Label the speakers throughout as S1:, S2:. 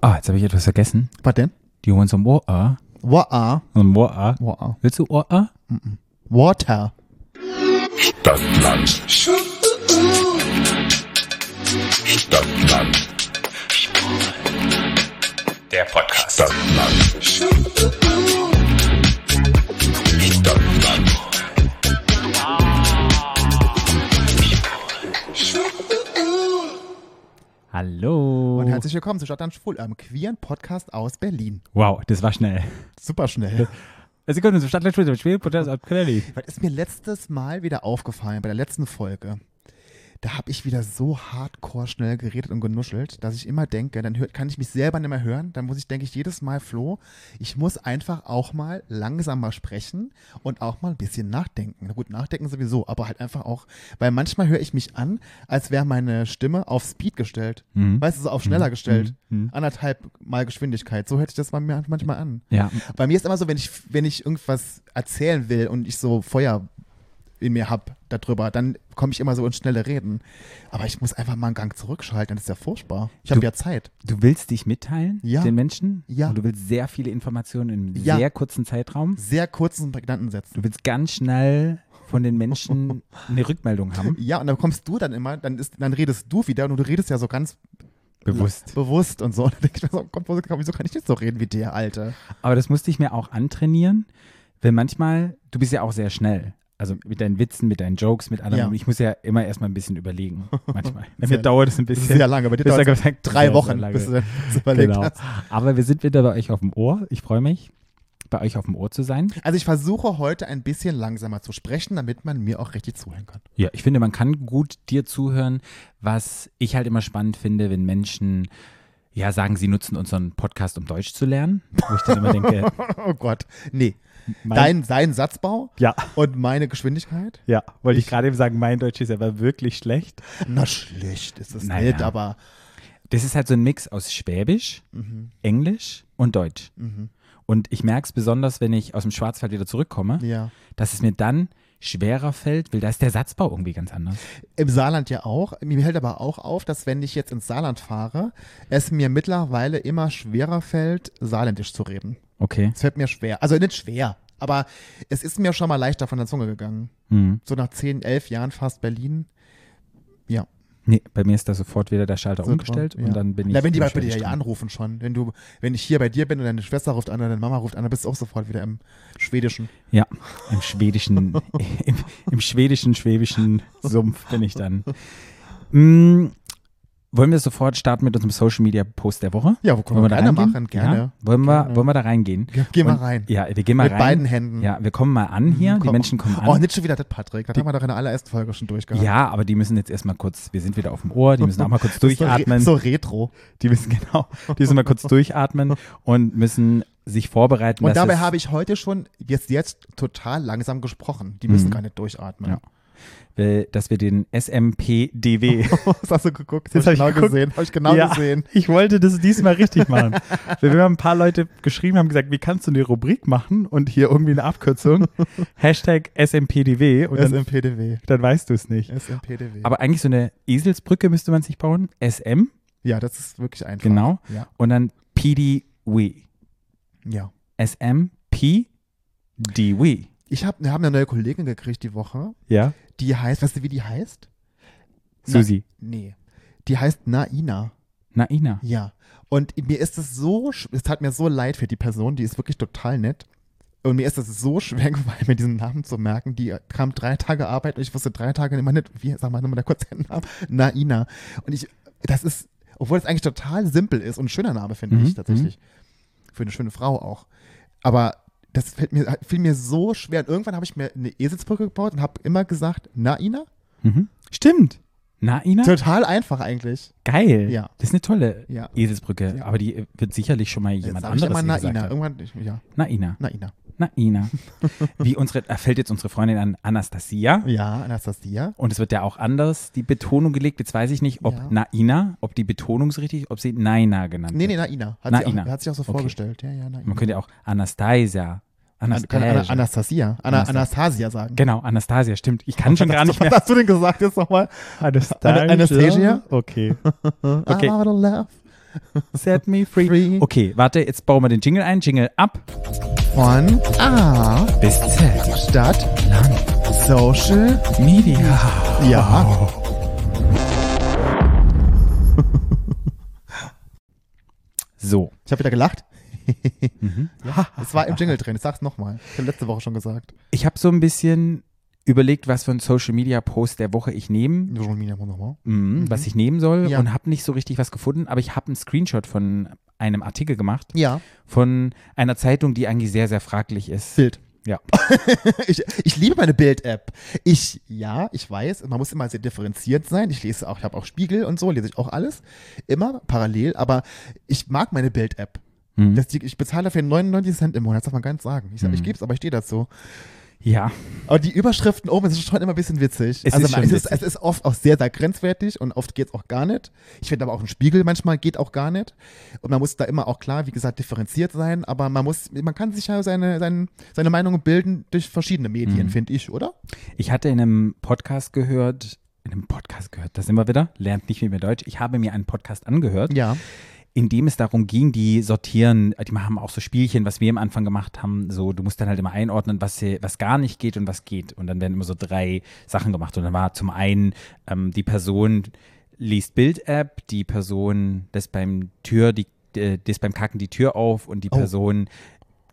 S1: Ah, jetzt habe ich etwas vergessen.
S2: Was denn?
S1: Do you want some water?
S2: Water.
S1: Some water?
S2: Water.
S1: Willst du water?
S2: Water.
S3: Stadtland. Stadtland. Der Podcast. Stadtland. Stadtland.
S1: Hallo.
S2: Und herzlich willkommen zu Stadtland Schwul, einem queeren Podcast aus Berlin.
S1: wow, das war schnell. Also
S2: Super schnell.
S1: Sie kommen zum Stadtland zum Spielprozess ab Kelly.
S2: Was ist mir letztes Mal wieder aufgefallen bei der letzten Folge? Da habe ich wieder so hardcore schnell geredet und genuschelt, dass ich immer denke, dann hört, kann ich mich selber nicht mehr hören. Dann muss ich, denke ich, jedes Mal, Flo, ich muss einfach auch mal langsamer sprechen und auch mal ein bisschen nachdenken. Na gut, nachdenken sowieso, aber halt einfach auch, weil manchmal höre ich mich an, als wäre meine Stimme auf Speed gestellt. Weißt du, so auf schneller gestellt. Anderthalb Mal Geschwindigkeit. So hört sich das bei mir manchmal an.
S1: Ja.
S2: Bei mir ist immer so, wenn ich, wenn ich irgendwas erzählen will und ich so Feuer in mir hab darüber, dann komme ich immer so ins schnelle Reden. Aber ich muss einfach mal einen Gang zurückschalten, das ist ja furchtbar. Ich habe
S1: Du-
S2: ja Zeit.
S1: Du willst dich mitteilen
S2: Ja.
S1: den Menschen?
S2: Ja.
S1: Und du willst sehr viele Informationen in
S2: Ja.
S1: sehr kurzen Zeitraum.
S2: Sehr kurzen, prägnanten Sätzen.
S1: Du willst ganz schnell von den Menschen eine Rückmeldung haben.
S2: Ja, und dann kommst du dann immer, dann, ist, dann redest du wieder und du redest ja so ganz
S1: Bewusst.
S2: bewusst und so. Und dann denke ich mir so, oh Gott, wo- wieso kann ich jetzt so reden wie der Alte?
S1: Aber das musste ich mir auch antrainieren, weil manchmal, du bist ja auch sehr schnell. Also mit deinen Witzen, mit deinen Jokes, mit allem.
S2: Ja.
S1: Ich muss ja immer erstmal ein bisschen überlegen. Manchmal. Bei mir
S2: Sehr-
S1: dauert es ein bisschen.
S2: Sehr lange, bei dir
S1: Besser
S2: dauert's
S1: gesagt, sehr,
S2: drei
S1: sehr
S2: Wochen,
S1: lange.
S2: bis du dann überlegt
S1: genau.
S2: hast.
S1: Aber wir sind wieder bei euch auf dem Ohr. Ich freue mich, bei euch auf dem Ohr zu sein.
S2: Also ich versuche heute ein bisschen langsamer zu sprechen, damit man mir auch richtig zuhören kann.
S1: Ja, ich finde, man kann gut dir zuhören, was ich halt immer spannend finde, wenn Menschen ja sagen, sie nutzen unseren Podcast, um Deutsch zu lernen. Wo ich dann immer denke,
S2: Oh Gott, nee.
S1: mein,
S2: Dein, sein Satzbau
S1: ja,
S2: und meine Geschwindigkeit?
S1: ja, wollte ich gerade eben sagen, mein Deutsch ist aber wirklich schlecht.
S2: Na, schlecht ist es
S1: Naja.
S2: nicht, aber
S1: Das ist halt so ein Mix aus Schwäbisch, Englisch und Deutsch. Und ich merke es besonders, wenn ich aus dem Schwarzwald wieder zurückkomme,
S2: ja.
S1: dass es mir dann schwerer fällt, weil da ist der Satzbau irgendwie ganz anders.
S2: Im Saarland ja auch. Mir hält aber auch auf, dass wenn ich jetzt ins Saarland fahre, es mir mittlerweile immer schwerer fällt, saarländisch zu reden.
S1: Okay.
S2: Es fällt mir schwer. Also nicht schwer, aber es ist mir schon mal leichter von der Zunge gegangen.
S1: Mhm.
S2: So nach 10, 11 Jahren fast Berlin. Ja.
S1: Nee, bei mir ist da sofort wieder der Schalter umgestellt
S2: ja.
S1: und dann bin ich.
S2: Na, wenn die
S1: im
S2: bei dir ja
S1: Schwäbisch drin.
S2: anrufen schon. Wenn du, wenn ich hier bei dir bin und deine Schwester ruft an oder deine Mama ruft an, dann bist du auch sofort wieder im Schwedischen.
S1: Ja, im schwedischen, im, im schwedischen, schwäbischen Sumpf bin ich dann. Mm, wollen wir sofort starten mit unserem Social Media Post der Woche?
S2: Ja, wo können wir
S1: da
S2: gerne
S1: reingehen?
S2: machen, gerne.
S1: Ja, wollen,
S2: Gerne.
S1: Wir, wollen wir da reingehen?
S2: Ja, geh mal
S1: Und-
S2: rein.
S1: Ja, wir gehen mal
S2: Mit
S1: rein.
S2: beiden Händen.
S1: Ja, wir kommen mal an hier. die
S2: Komm.
S1: Menschen kommen an.
S2: Oh, nicht schon wieder das, Patrick. Das haben wir doch in der allerersten Folge schon durchgehabt.
S1: ja, aber die müssen jetzt erstmal kurz, wir sind wieder auf dem Ohr, die müssen auch mal kurz durchatmen.
S2: So, re so retro.
S1: Die müssen genau, die müssen mal kurz durchatmen und müssen sich vorbereiten.
S2: Und
S1: dass
S2: dabei
S1: es,
S2: habe ich heute schon jetzt, jetzt total langsam gesprochen. Die müssen gar nicht durchatmen.
S1: Mhm. Ja. Weil, dass wir den SMPDW.
S2: Das hast du geguckt. Das
S1: hab ich
S2: habe ich genau
S1: geguckt.
S2: gesehen. Habe ich genau gesehen.
S1: Ich wollte das diesmal richtig machen. Weil wir haben ein paar Leute geschrieben, haben gesagt, wie kannst du eine Rubrik machen und hier irgendwie eine Abkürzung? Hashtag SMPDW und dann,
S2: SMPDW.
S1: dann weißt du es nicht.
S2: SMPDW.
S1: Aber eigentlich so eine Eselsbrücke müsste man sich bauen. SM,
S2: ja, das ist wirklich einfach.
S1: genau.
S2: Ja.
S1: Und dann PDW.
S2: ja.
S1: SMPDW.
S2: Ich habe wir haben eine neue Kollegin gekriegt die Woche.
S1: Ja,
S2: Die heißt, weißt du, wie die heißt?
S1: Susi.
S2: Na, nee. Die heißt Naina.
S1: Naina.
S2: Ja. Und mir ist es so, sch- es hat mir so leid für die Person, die ist wirklich total nett. Und mir ist es so schwer gefallen, mir diesen Namen zu merken. Die kam drei Tage Arbeit und ich wusste drei Tage immer nicht, wie, sag mal nochmal da kurz den Namen. Naina. Und ich, das ist, obwohl es eigentlich total simpel ist und ein schöner Name, finde
S1: Mhm,
S2: ich tatsächlich. Für eine schöne Frau auch. Aber das fällt mir, fiel mir so schwer. Und irgendwann habe ich mir eine Eselsbrücke gebaut und habe immer gesagt, Naina?
S1: Mhm. Stimmt. Naina?
S2: Total einfach eigentlich.
S1: Geil.
S2: Ja.
S1: Das ist eine tolle
S2: Ja.
S1: Eselsbrücke.
S2: Ja.
S1: Aber die äh, wird sicherlich schon mal jemand
S2: Jetzt sag ich
S1: anderes
S2: immer
S1: hier gesagt
S2: Naina.
S1: haben.
S2: Irgendwann, ich, ja,
S1: Naina.
S2: Naina.
S1: Naina. Wie unsere, da fällt jetzt unsere Freundin an Anastasia.
S2: Ja, Anastasia.
S1: Und es wird ja auch anders die Betonung gelegt. Jetzt weiß ich nicht, ob
S2: Ja.
S1: Naina, ob die Betonung so richtig, ob sie Naina genannt
S2: Nee,
S1: wird.
S2: nee, Naina. Hat,
S1: Naina.
S2: Sie, auch, hat sich auch so
S1: Okay.
S2: vorgestellt. Ja, ja,
S1: Man
S2: Naina.
S1: könnte ja auch Anastasia.
S2: An, kann Ana,
S1: Anastasia.
S2: Anastasia. Ana,
S1: Anastasia.
S2: Anastasia sagen.
S1: Genau, Anastasia, stimmt. Ich kann schon gar nicht
S2: Was
S1: mehr.
S2: hast du denn gesagt jetzt nochmal?
S1: Anastasia?
S2: Anastasia?
S1: Okay.
S2: I
S1: Okay.
S2: wanna laugh.
S1: Set me free.
S2: Free.
S1: Okay, warte, jetzt bauen wir den Jingle ein. Jingle ab.
S2: Von A
S1: Bis Z.
S2: Stadt Social
S1: Media. Oh.
S2: Ja.
S1: So.
S2: Ich habe wieder gelacht.
S1: Mhm.
S2: ja, es war im Jingle drin. Ich sag's nochmal. Ich habe letzte Woche schon gesagt.
S1: Ich habe so ein bisschen überlegt, was für einen Social Media Post der Woche ich nehmen,
S2: Social Media muss nochmal.
S1: mhm. was ich nehmen soll
S2: Ja.
S1: und habe nicht so richtig was gefunden, aber ich habe einen Screenshot von einem Artikel gemacht
S2: Ja.
S1: von einer Zeitung, die eigentlich sehr sehr fraglich ist.
S2: Bild.
S1: Ja.
S2: ich, ich liebe meine Bild-App. Ich, ja, ich weiß, man muss immer sehr differenziert sein. Ich lese auch, ich habe auch Spiegel und so, lese ich auch alles. Immer parallel, aber ich mag meine Bild-App.
S1: Mhm.
S2: Das- die- Ich bezahle dafür 99 Cent im Monat, das darf man ganz sagen. Ich, sag, ich gebe es, aber ich stehe dazu.
S1: Ja.
S2: Aber die Überschriften oben sind schon immer ein bisschen witzig.
S1: Es
S2: also
S1: ist schon
S2: es, ist,
S1: witzig.
S2: es ist oft auch sehr, sehr grenzwertig und oft geht es auch gar nicht. Ich finde aber auch ein Spiegel manchmal geht auch gar nicht. Und man muss da immer auch klar, wie gesagt, differenziert sein, aber man muss, man kann sich ja seine, seine, seine Meinung bilden durch verschiedene Medien,
S1: Mhm.
S2: finde ich, oder?
S1: Ich hatte in einem Podcast gehört, in einem Podcast gehört, da sind wir wieder, lernt nicht viel mehr Deutsch. Ich habe mir einen Podcast angehört,
S2: Ja.
S1: in dem es darum ging, die sortieren, die haben auch so Spielchen, was wir am Anfang gemacht haben, so du musst dann halt immer einordnen, was, hier- was gar nicht geht und was geht. Und dann werden immer so drei Sachen gemacht. Und dann war zum einen ähm, die Person liest Bild-App, die Person lässt beim Tür, die, äh, lässt beim Kacken die Tür auf und die
S2: Oh.
S1: Person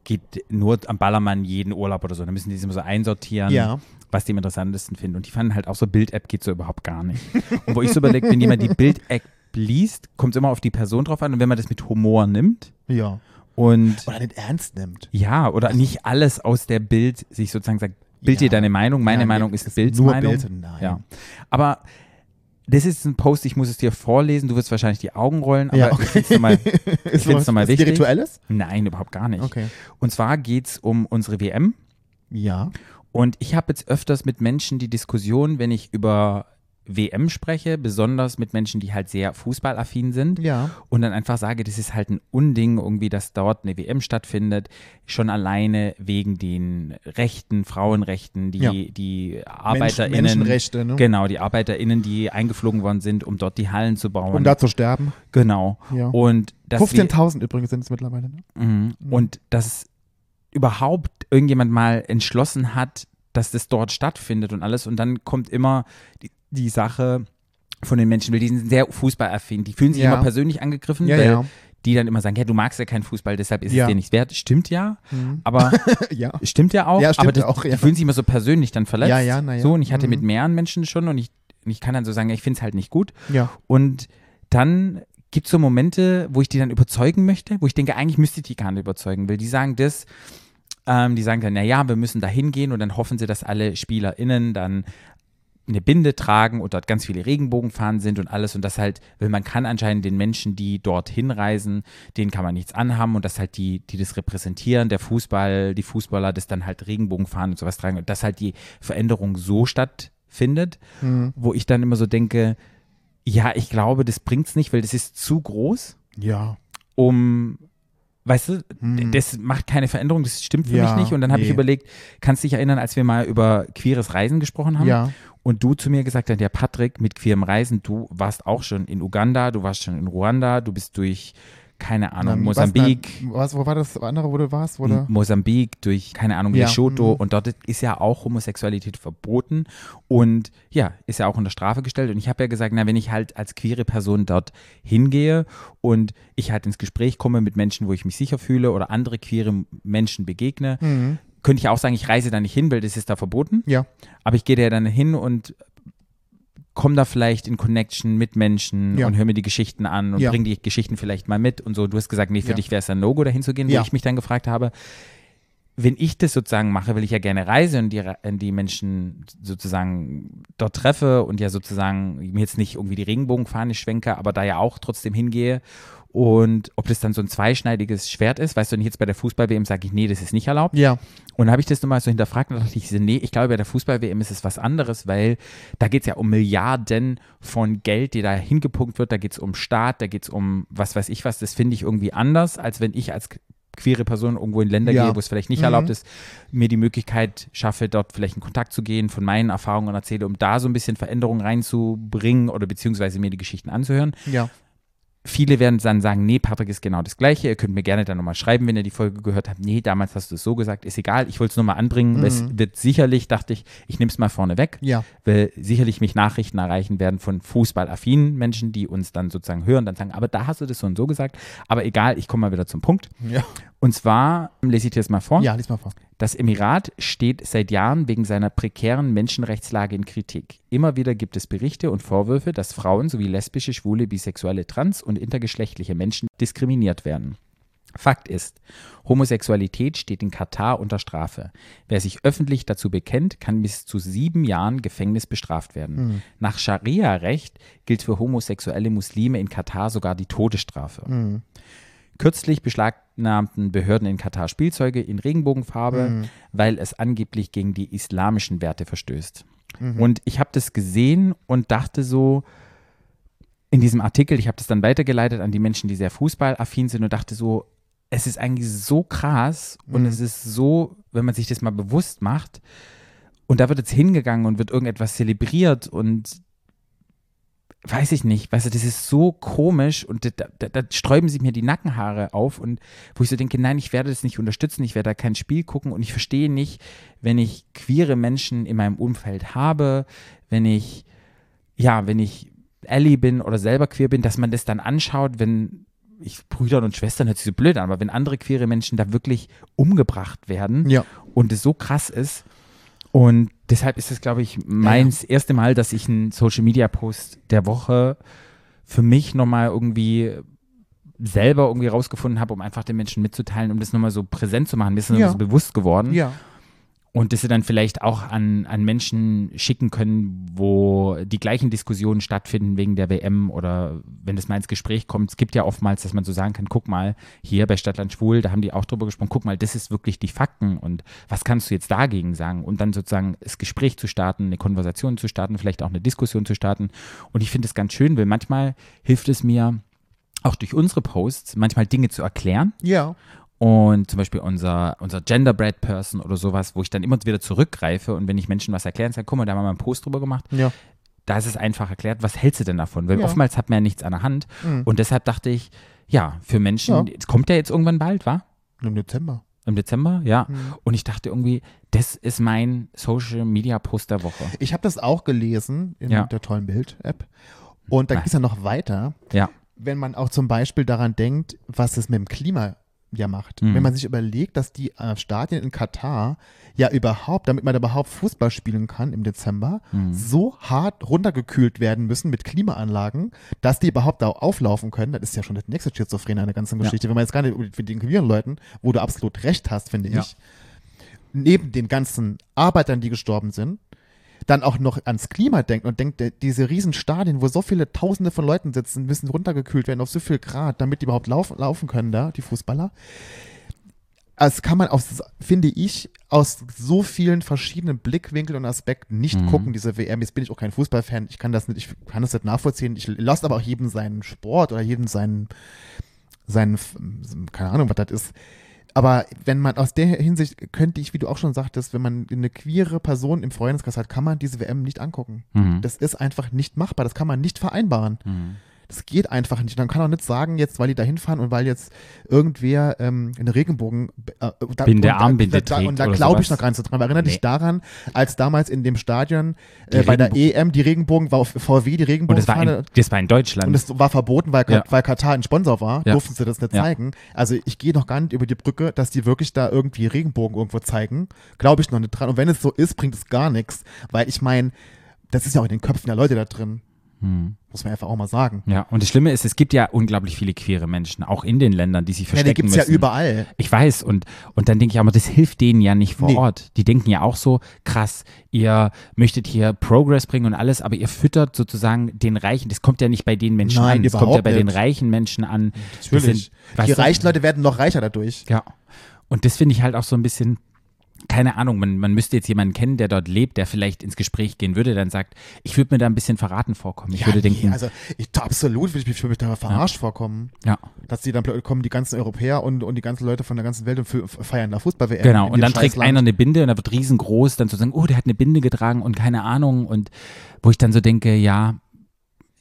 S1: geht nur am Ballermann jeden Urlaub oder so. Dann müssen die das immer so einsortieren
S2: Ja.
S1: was die am interessantesten finden. Und die fanden halt auch so, Bild-App geht so überhaupt gar nicht. Und wo ich so überlegt, wenn jemand die Bild-App liest, kommt es immer auf die Person drauf an. Und wenn man das mit Humor nimmt
S2: Ja.
S1: und
S2: Oder nicht ernst nimmt.
S1: ja, oder nicht alles aus der Bild sich sozusagen sagt, Bild
S2: Ja.
S1: dir deine Meinung, meine
S2: Ja, nee,
S1: Meinung
S2: das
S1: ist
S2: ist
S1: Bilds
S2: nur
S1: Meinung.
S2: Bild, nein.
S1: Ja. Aber das ist ein Post, ich muss es dir vorlesen, du wirst wahrscheinlich die Augen rollen, aber
S2: Ja,
S1: ich find's nochmal- ich finde es nochmal wichtig.
S2: Spirituelles?
S1: Nein, überhaupt gar nicht.
S2: Okay.
S1: Und zwar geht es um unsere WM.
S2: Ja.
S1: Und ich habe jetzt öfters mit Menschen die Diskussion, wenn ich über WM spreche, besonders mit Menschen, die halt sehr fußballaffin sind
S2: Ja.
S1: und dann einfach sage, das ist halt ein Unding irgendwie, dass dort eine WM stattfindet, schon alleine wegen den Rechten, Frauenrechten, die,
S2: Ja.
S1: die ArbeiterInnen.
S2: Menschenrechte, ne?
S1: Genau, die ArbeiterInnen, die eingeflogen worden sind, um dort die Hallen zu bauen.
S2: Um da zu sterben.
S1: genau.
S2: Ja.
S1: Und dass wir-
S2: 15.000 übrigens sind es mittlerweile. Ne?
S1: Mhm. Und dass überhaupt irgendjemand mal entschlossen hat, dass das dort stattfindet und alles. Und dann kommt immer die, die Sache von den Menschen, weil die sind sehr fußballaffin. Die fühlen sich
S2: Ja.
S1: immer persönlich angegriffen,
S2: Ja,
S1: weil
S2: ja.
S1: die dann immer sagen, ja, du magst ja keinen Fußball, deshalb ist
S2: Ja.
S1: es dir nichts wert. Stimmt ja, aber
S2: ja.
S1: stimmt ja auch.
S2: Ja, stimmt
S1: aber das,
S2: auch, ja.
S1: die fühlen sich immer so persönlich dann verletzt.
S2: Ja, ja, na ja.
S1: So, und ich hatte
S2: Mhm.
S1: mit mehreren Menschen schon und ich, und ich kann dann so sagen, ja, ich finde es halt nicht gut.
S2: Ja.
S1: Und dann gibt es so Momente, wo ich die dann überzeugen möchte, wo ich denke, eigentlich müsste ich die gar nicht überzeugen, weil die sagen das, ähm, die sagen dann, naja, wir müssen da hingehen und dann hoffen sie, dass alle SpielerInnen dann eine Binde tragen und dort ganz viele Regenbogenfahnen sind und alles und das halt, weil man kann anscheinend den Menschen, die dorthin reisen, denen kann man nichts anhaben und das halt die, die das repräsentieren, der Fußball, die Fußballer, das dann halt Regenbogenfahnen und sowas tragen und dass halt die Veränderung so stattfindet,
S2: Hm.
S1: wo ich dann immer so denke, ja, ich glaube, das bringt's nicht, weil das ist zu groß,
S2: Ja.
S1: um, weißt du,
S2: Hm.
S1: das macht keine Veränderung, das stimmt für
S2: Ja,
S1: mich nicht. Und dann habe ich
S2: nee.
S1: überlegt, kannst dich erinnern, als wir mal über queeres Reisen gesprochen haben?
S2: Ja.
S1: Und du zu mir gesagt hast, ja, Patrick, mit queerem Reisen, du warst auch schon in Uganda, du warst schon in Ruanda, du bist durch, keine Ahnung,
S2: Na,
S1: Mosambik.
S2: Hm. Was, was, wo war das andere, wo du warst? Wo
S1: Hm.
S2: du,
S1: Mosambik, durch, keine Ahnung,
S2: Ja,
S1: Lesotho.
S2: mhm.
S1: Und dort ist ja auch Homosexualität verboten und ja, ist ja auch unter Strafe gestellt. Und ich habe ja gesagt, na, wenn ich halt als queere Person dort hingehe und ich halt ins Gespräch komme mit Menschen, wo ich mich sicher fühle oder andere queere Menschen begegne,
S2: Mhm.
S1: könnte ich auch sagen, ich reise da nicht hin, weil das ist da verboten.
S2: Ja.
S1: Aber ich gehe da ja dann hin und komme da vielleicht in Connection mit Menschen
S2: Ja.
S1: und höre mir die Geschichten an und
S2: Ja.
S1: bringe die Geschichten vielleicht mal mit und so. Du hast gesagt, nee, für
S2: Ja.
S1: dich wäre es ein No-Go, da hinzugehen,
S2: Ja.
S1: wo ich mich dann gefragt habe, wenn ich das sozusagen mache, weil ich ja gerne reise und die, Re- äh, die Menschen sozusagen dort treffe und ja sozusagen mir jetzt nicht irgendwie die Regenbogenfahne schwenke, aber da ja auch trotzdem hingehe und ob das dann so ein zweischneidiges Schwert ist, weißt du, und jetzt bei der Fußball-WM sage ich, nee, das ist nicht erlaubt.
S2: Ja.
S1: Und dann habe ich das nochmal so hinterfragt und dachte ich, so, nee, ich glaube, bei der Fußball-WM ist es was anderes, weil da geht es ja um Milliarden von Geld, die da hingepumpt wird. Da geht es um Staat, da geht es um was weiß ich was. Das finde ich irgendwie anders, als wenn ich als queere Person irgendwo in Länder
S2: Ja.
S1: gehe, wo es vielleicht nicht
S2: Mhm.
S1: erlaubt ist, mir die Möglichkeit schaffe, dort vielleicht in Kontakt zu gehen, von meinen Erfahrungen erzähle, um da so ein bisschen Veränderungen reinzubringen oder beziehungsweise mir die Geschichten anzuhören
S2: Ja.
S1: viele werden dann sagen, nee, Patrick ist genau das Gleiche. Ihr könnt mir gerne dann nochmal schreiben, wenn ihr die Folge gehört habt. Nee, damals hast du es so gesagt. Ist egal. Ich wollte es nur mal anbringen. weil Es wird sicherlich, dachte ich, ich nehme es mal vorne weg.
S2: Mhm. Ja.
S1: Weil sicherlich mich Nachrichten erreichen werden von fußballaffinen Menschen, die uns dann sozusagen hören, dann sagen, aber da hast du das so und so gesagt. Aber egal, ich komme mal wieder zum Punkt.
S2: Ja.
S1: Und zwar lese ich dir das mal vor.
S2: ja, lies mal vor.
S1: Das Emirat steht seit Jahren wegen seiner prekären Menschenrechtslage in Kritik. Immer wieder gibt es Berichte und Vorwürfe, dass Frauen sowie lesbische, schwule, bisexuelle, trans- und intergeschlechtliche Menschen diskriminiert werden. Fakt ist, Homosexualität steht in Katar unter Strafe. Wer sich öffentlich dazu bekennt, kann bis zu sieben Jahren Gefängnis bestraft werden. Nach Scharia-Recht gilt für homosexuelle Muslime in Katar sogar die Todesstrafe. Kürzlich beschlagnahmten Behörden in Katar Spielzeuge in Regenbogenfarbe, weil es angeblich gegen die islamischen Werte verstößt.
S2: Mhm.
S1: Und ich habe das gesehen und dachte so, in diesem Artikel, ich habe das dann weitergeleitet an die Menschen, die sehr fußballaffin sind und dachte so, es ist eigentlich so krass und es ist so, wenn man sich das mal bewusst macht, und da wird jetzt hingegangen und wird irgendetwas zelebriert und weiß ich nicht, weißt du, das ist so komisch und da, da, da sträuben sich mir die Nackenhaare auf und wo ich so denke, nein, ich werde das nicht unterstützen, ich werde da kein Spiel gucken und ich verstehe nicht, wenn ich queere Menschen in meinem Umfeld habe, wenn ich, ja, wenn ich Ally bin oder selber queer bin, dass man das dann anschaut, wenn ich, Brüdern und Schwestern hört sich so blöd an, aber wenn andere queere Menschen da wirklich umgebracht werden
S2: Ja.
S1: und es so krass ist, und deshalb ist es, glaube ich, meins erste Mal, dass ich einen Social Media Post der Woche für mich nochmal irgendwie selber irgendwie rausgefunden habe, um einfach den Menschen mitzuteilen, um das nochmal so präsent zu machen. Mir ist das
S2: Ja.
S1: nochmal so bewusst geworden.
S2: Ja.
S1: Und dass sie dann vielleicht auch an, an Menschen schicken können, wo die gleichen Diskussionen stattfinden wegen der WM oder wenn das mal ins Gespräch kommt. Es gibt ja oftmals, dass man so sagen kann, guck mal, hier bei Stadtland Schwul, da haben die auch drüber gesprochen, guck mal, das ist wirklich die Fakten und was kannst du jetzt dagegen sagen? Und dann sozusagen das Gespräch zu starten, eine Konversation zu starten, vielleicht auch eine Diskussion zu starten. Und ich finde es ganz schön, weil manchmal hilft es mir, auch durch unsere Posts, manchmal Dinge zu erklären.
S2: Ja.
S1: Und zum Beispiel unser, unser Genderbread Person oder sowas, wo ich dann immer wieder zurückgreife und wenn ich Menschen was erklären sage, guck mal, da haben wir mal einen Post drüber gemacht,
S2: Ja.
S1: da ist es einfach erklärt, was hältst du denn davon? Weil
S2: Ja. Mhm.
S1: oftmals hat man ja nichts an der Hand. Und deshalb dachte ich, ja, für Menschen,
S2: Ja.
S1: es kommt ja jetzt irgendwann bald, wa?
S2: Im Dezember.
S1: Im Dezember, ja.
S2: Mhm.
S1: Und ich dachte irgendwie, das ist mein Social Media Post der Woche.
S2: Ich habe das auch gelesen in
S1: Ja.
S2: der tollen Bild-App. Und
S1: Ah.
S2: da ging es ja noch weiter,
S1: Ja.
S2: wenn man auch zum Beispiel daran denkt, was es mit dem Klima ja macht.
S1: Mhm.
S2: Wenn man sich überlegt, dass die äh, Stadien in Katar ja überhaupt, damit man da überhaupt Fußball spielen kann im Dezember,
S1: Mhm.
S2: so hart runtergekühlt werden müssen mit Klimaanlagen, dass die überhaupt da auflaufen können. Das ist ja schon das nächste Schizophren an der ganzen Geschichte. Wenn man jetzt gerade mit den queeren Leuten, wo du absolut recht hast, finde
S1: Ja.
S2: ich, neben den ganzen Arbeitern, die gestorben sind, dann auch noch ans Klima denkt und denkt, äh, diese riesen Stadien, wo so viele Tausende von Leuten sitzen, müssen runtergekühlt werden auf so viel Grad, damit die überhaupt laufen, laufen können da, die Fußballer. Das kann man aus, finde ich, aus so vielen verschiedenen Blickwinkeln und Aspekten nicht gucken, diese WM. Jetzt bin ich auch kein Fußballfan, ich kann das nicht, ich kann das nicht nachvollziehen. Ich lasse aber auch jedem seinen Sport oder jedem seinen, seinen, keine Ahnung, was das ist. Aber wenn man aus der Hinsicht könnte ich, wie du auch schon sagtest, wenn man eine queere Person im Freundeskreis hat, kann man diese WM nicht angucken.
S1: Mhm.
S2: Das ist einfach nicht machbar. Das kann man nicht vereinbaren. Das geht einfach nicht. Und man kann auch nicht sagen, jetzt, weil die da hinfahren und weil jetzt irgendwer ähm, eine Regenbogen. Äh, da,
S1: Binde,
S2: und da-
S1: Armbinde
S2: da,
S1: trägt
S2: Und da
S1: oder
S2: glaube ich
S1: sowas.
S2: noch gar nicht so dran. Erinnere
S1: Nee.
S2: dich daran, als damals in dem Stadion
S1: Die
S2: äh, bei der
S1: Regenbogen-
S2: EM die Regenbogen, war auf VW die Regenbogen.
S1: Und das war, in, das war in Deutschland.
S2: Und es war verboten, weil, Ka-
S1: Ja.
S2: weil Katar ein Sponsor war,
S1: Ja.
S2: durften sie das nicht
S1: Ja.
S2: zeigen. Also ich gehe noch gar nicht über die Brücke, dass die wirklich da irgendwie Regenbogen irgendwo zeigen. Glaube ich noch nicht dran. Und wenn es so ist, bringt es gar nichts. Weil ich meine, das ist ja auch in den Köpfen der Leute da drin.
S1: Hm.
S2: Muss man einfach auch mal sagen.
S1: ja, und das Schlimme ist, es gibt ja unglaublich viele queere Menschen, auch in den Ländern, die sich
S2: Ja,
S1: verstecken
S2: die gibt's
S1: müssen.
S2: ja überall.
S1: Ich weiß, und, und dann denke ich aber, das hilft denen ja nicht vor
S2: Nee.
S1: Ort. Die denken ja auch so, krass, ihr möchtet hier Progress bringen und alles, aber ihr füttert sozusagen den Reichen, das kommt ja nicht bei den Menschen
S2: Nein,
S1: an, das kommt ja
S2: überhaupt
S1: bei den
S2: nicht.
S1: reichen Menschen an. Das
S2: Natürlich.
S1: sind- weißt
S2: die
S1: du-
S2: reichen Leute werden noch reicher dadurch.
S1: Ja. Und das finde ich halt auch so ein bisschen, keine Ahnung, man, man müsste jetzt jemanden kennen, der dort lebt, der vielleicht ins Gespräch gehen würde, dann sagt, ich würde mir da ein bisschen verraten vorkommen. Ich würde
S2: nee,
S1: denken,
S2: also ich, absolut würde ich mich für mich da verarscht vorkommen.
S1: ja.
S2: Dass die dann plötzlich kommen, die ganzen Europäer und, und die ganzen Leute von der ganzen Welt und fe- feiern da Fußball-WM.
S1: Genau,
S2: in
S1: und
S2: dem
S1: dann trägt
S2: Äh, Scheißland.
S1: einer eine Binde und da wird riesengroß, dann sozusagen, oh, der hat eine Binde getragen und keine Ahnung. Und wo ich dann so denke, ja,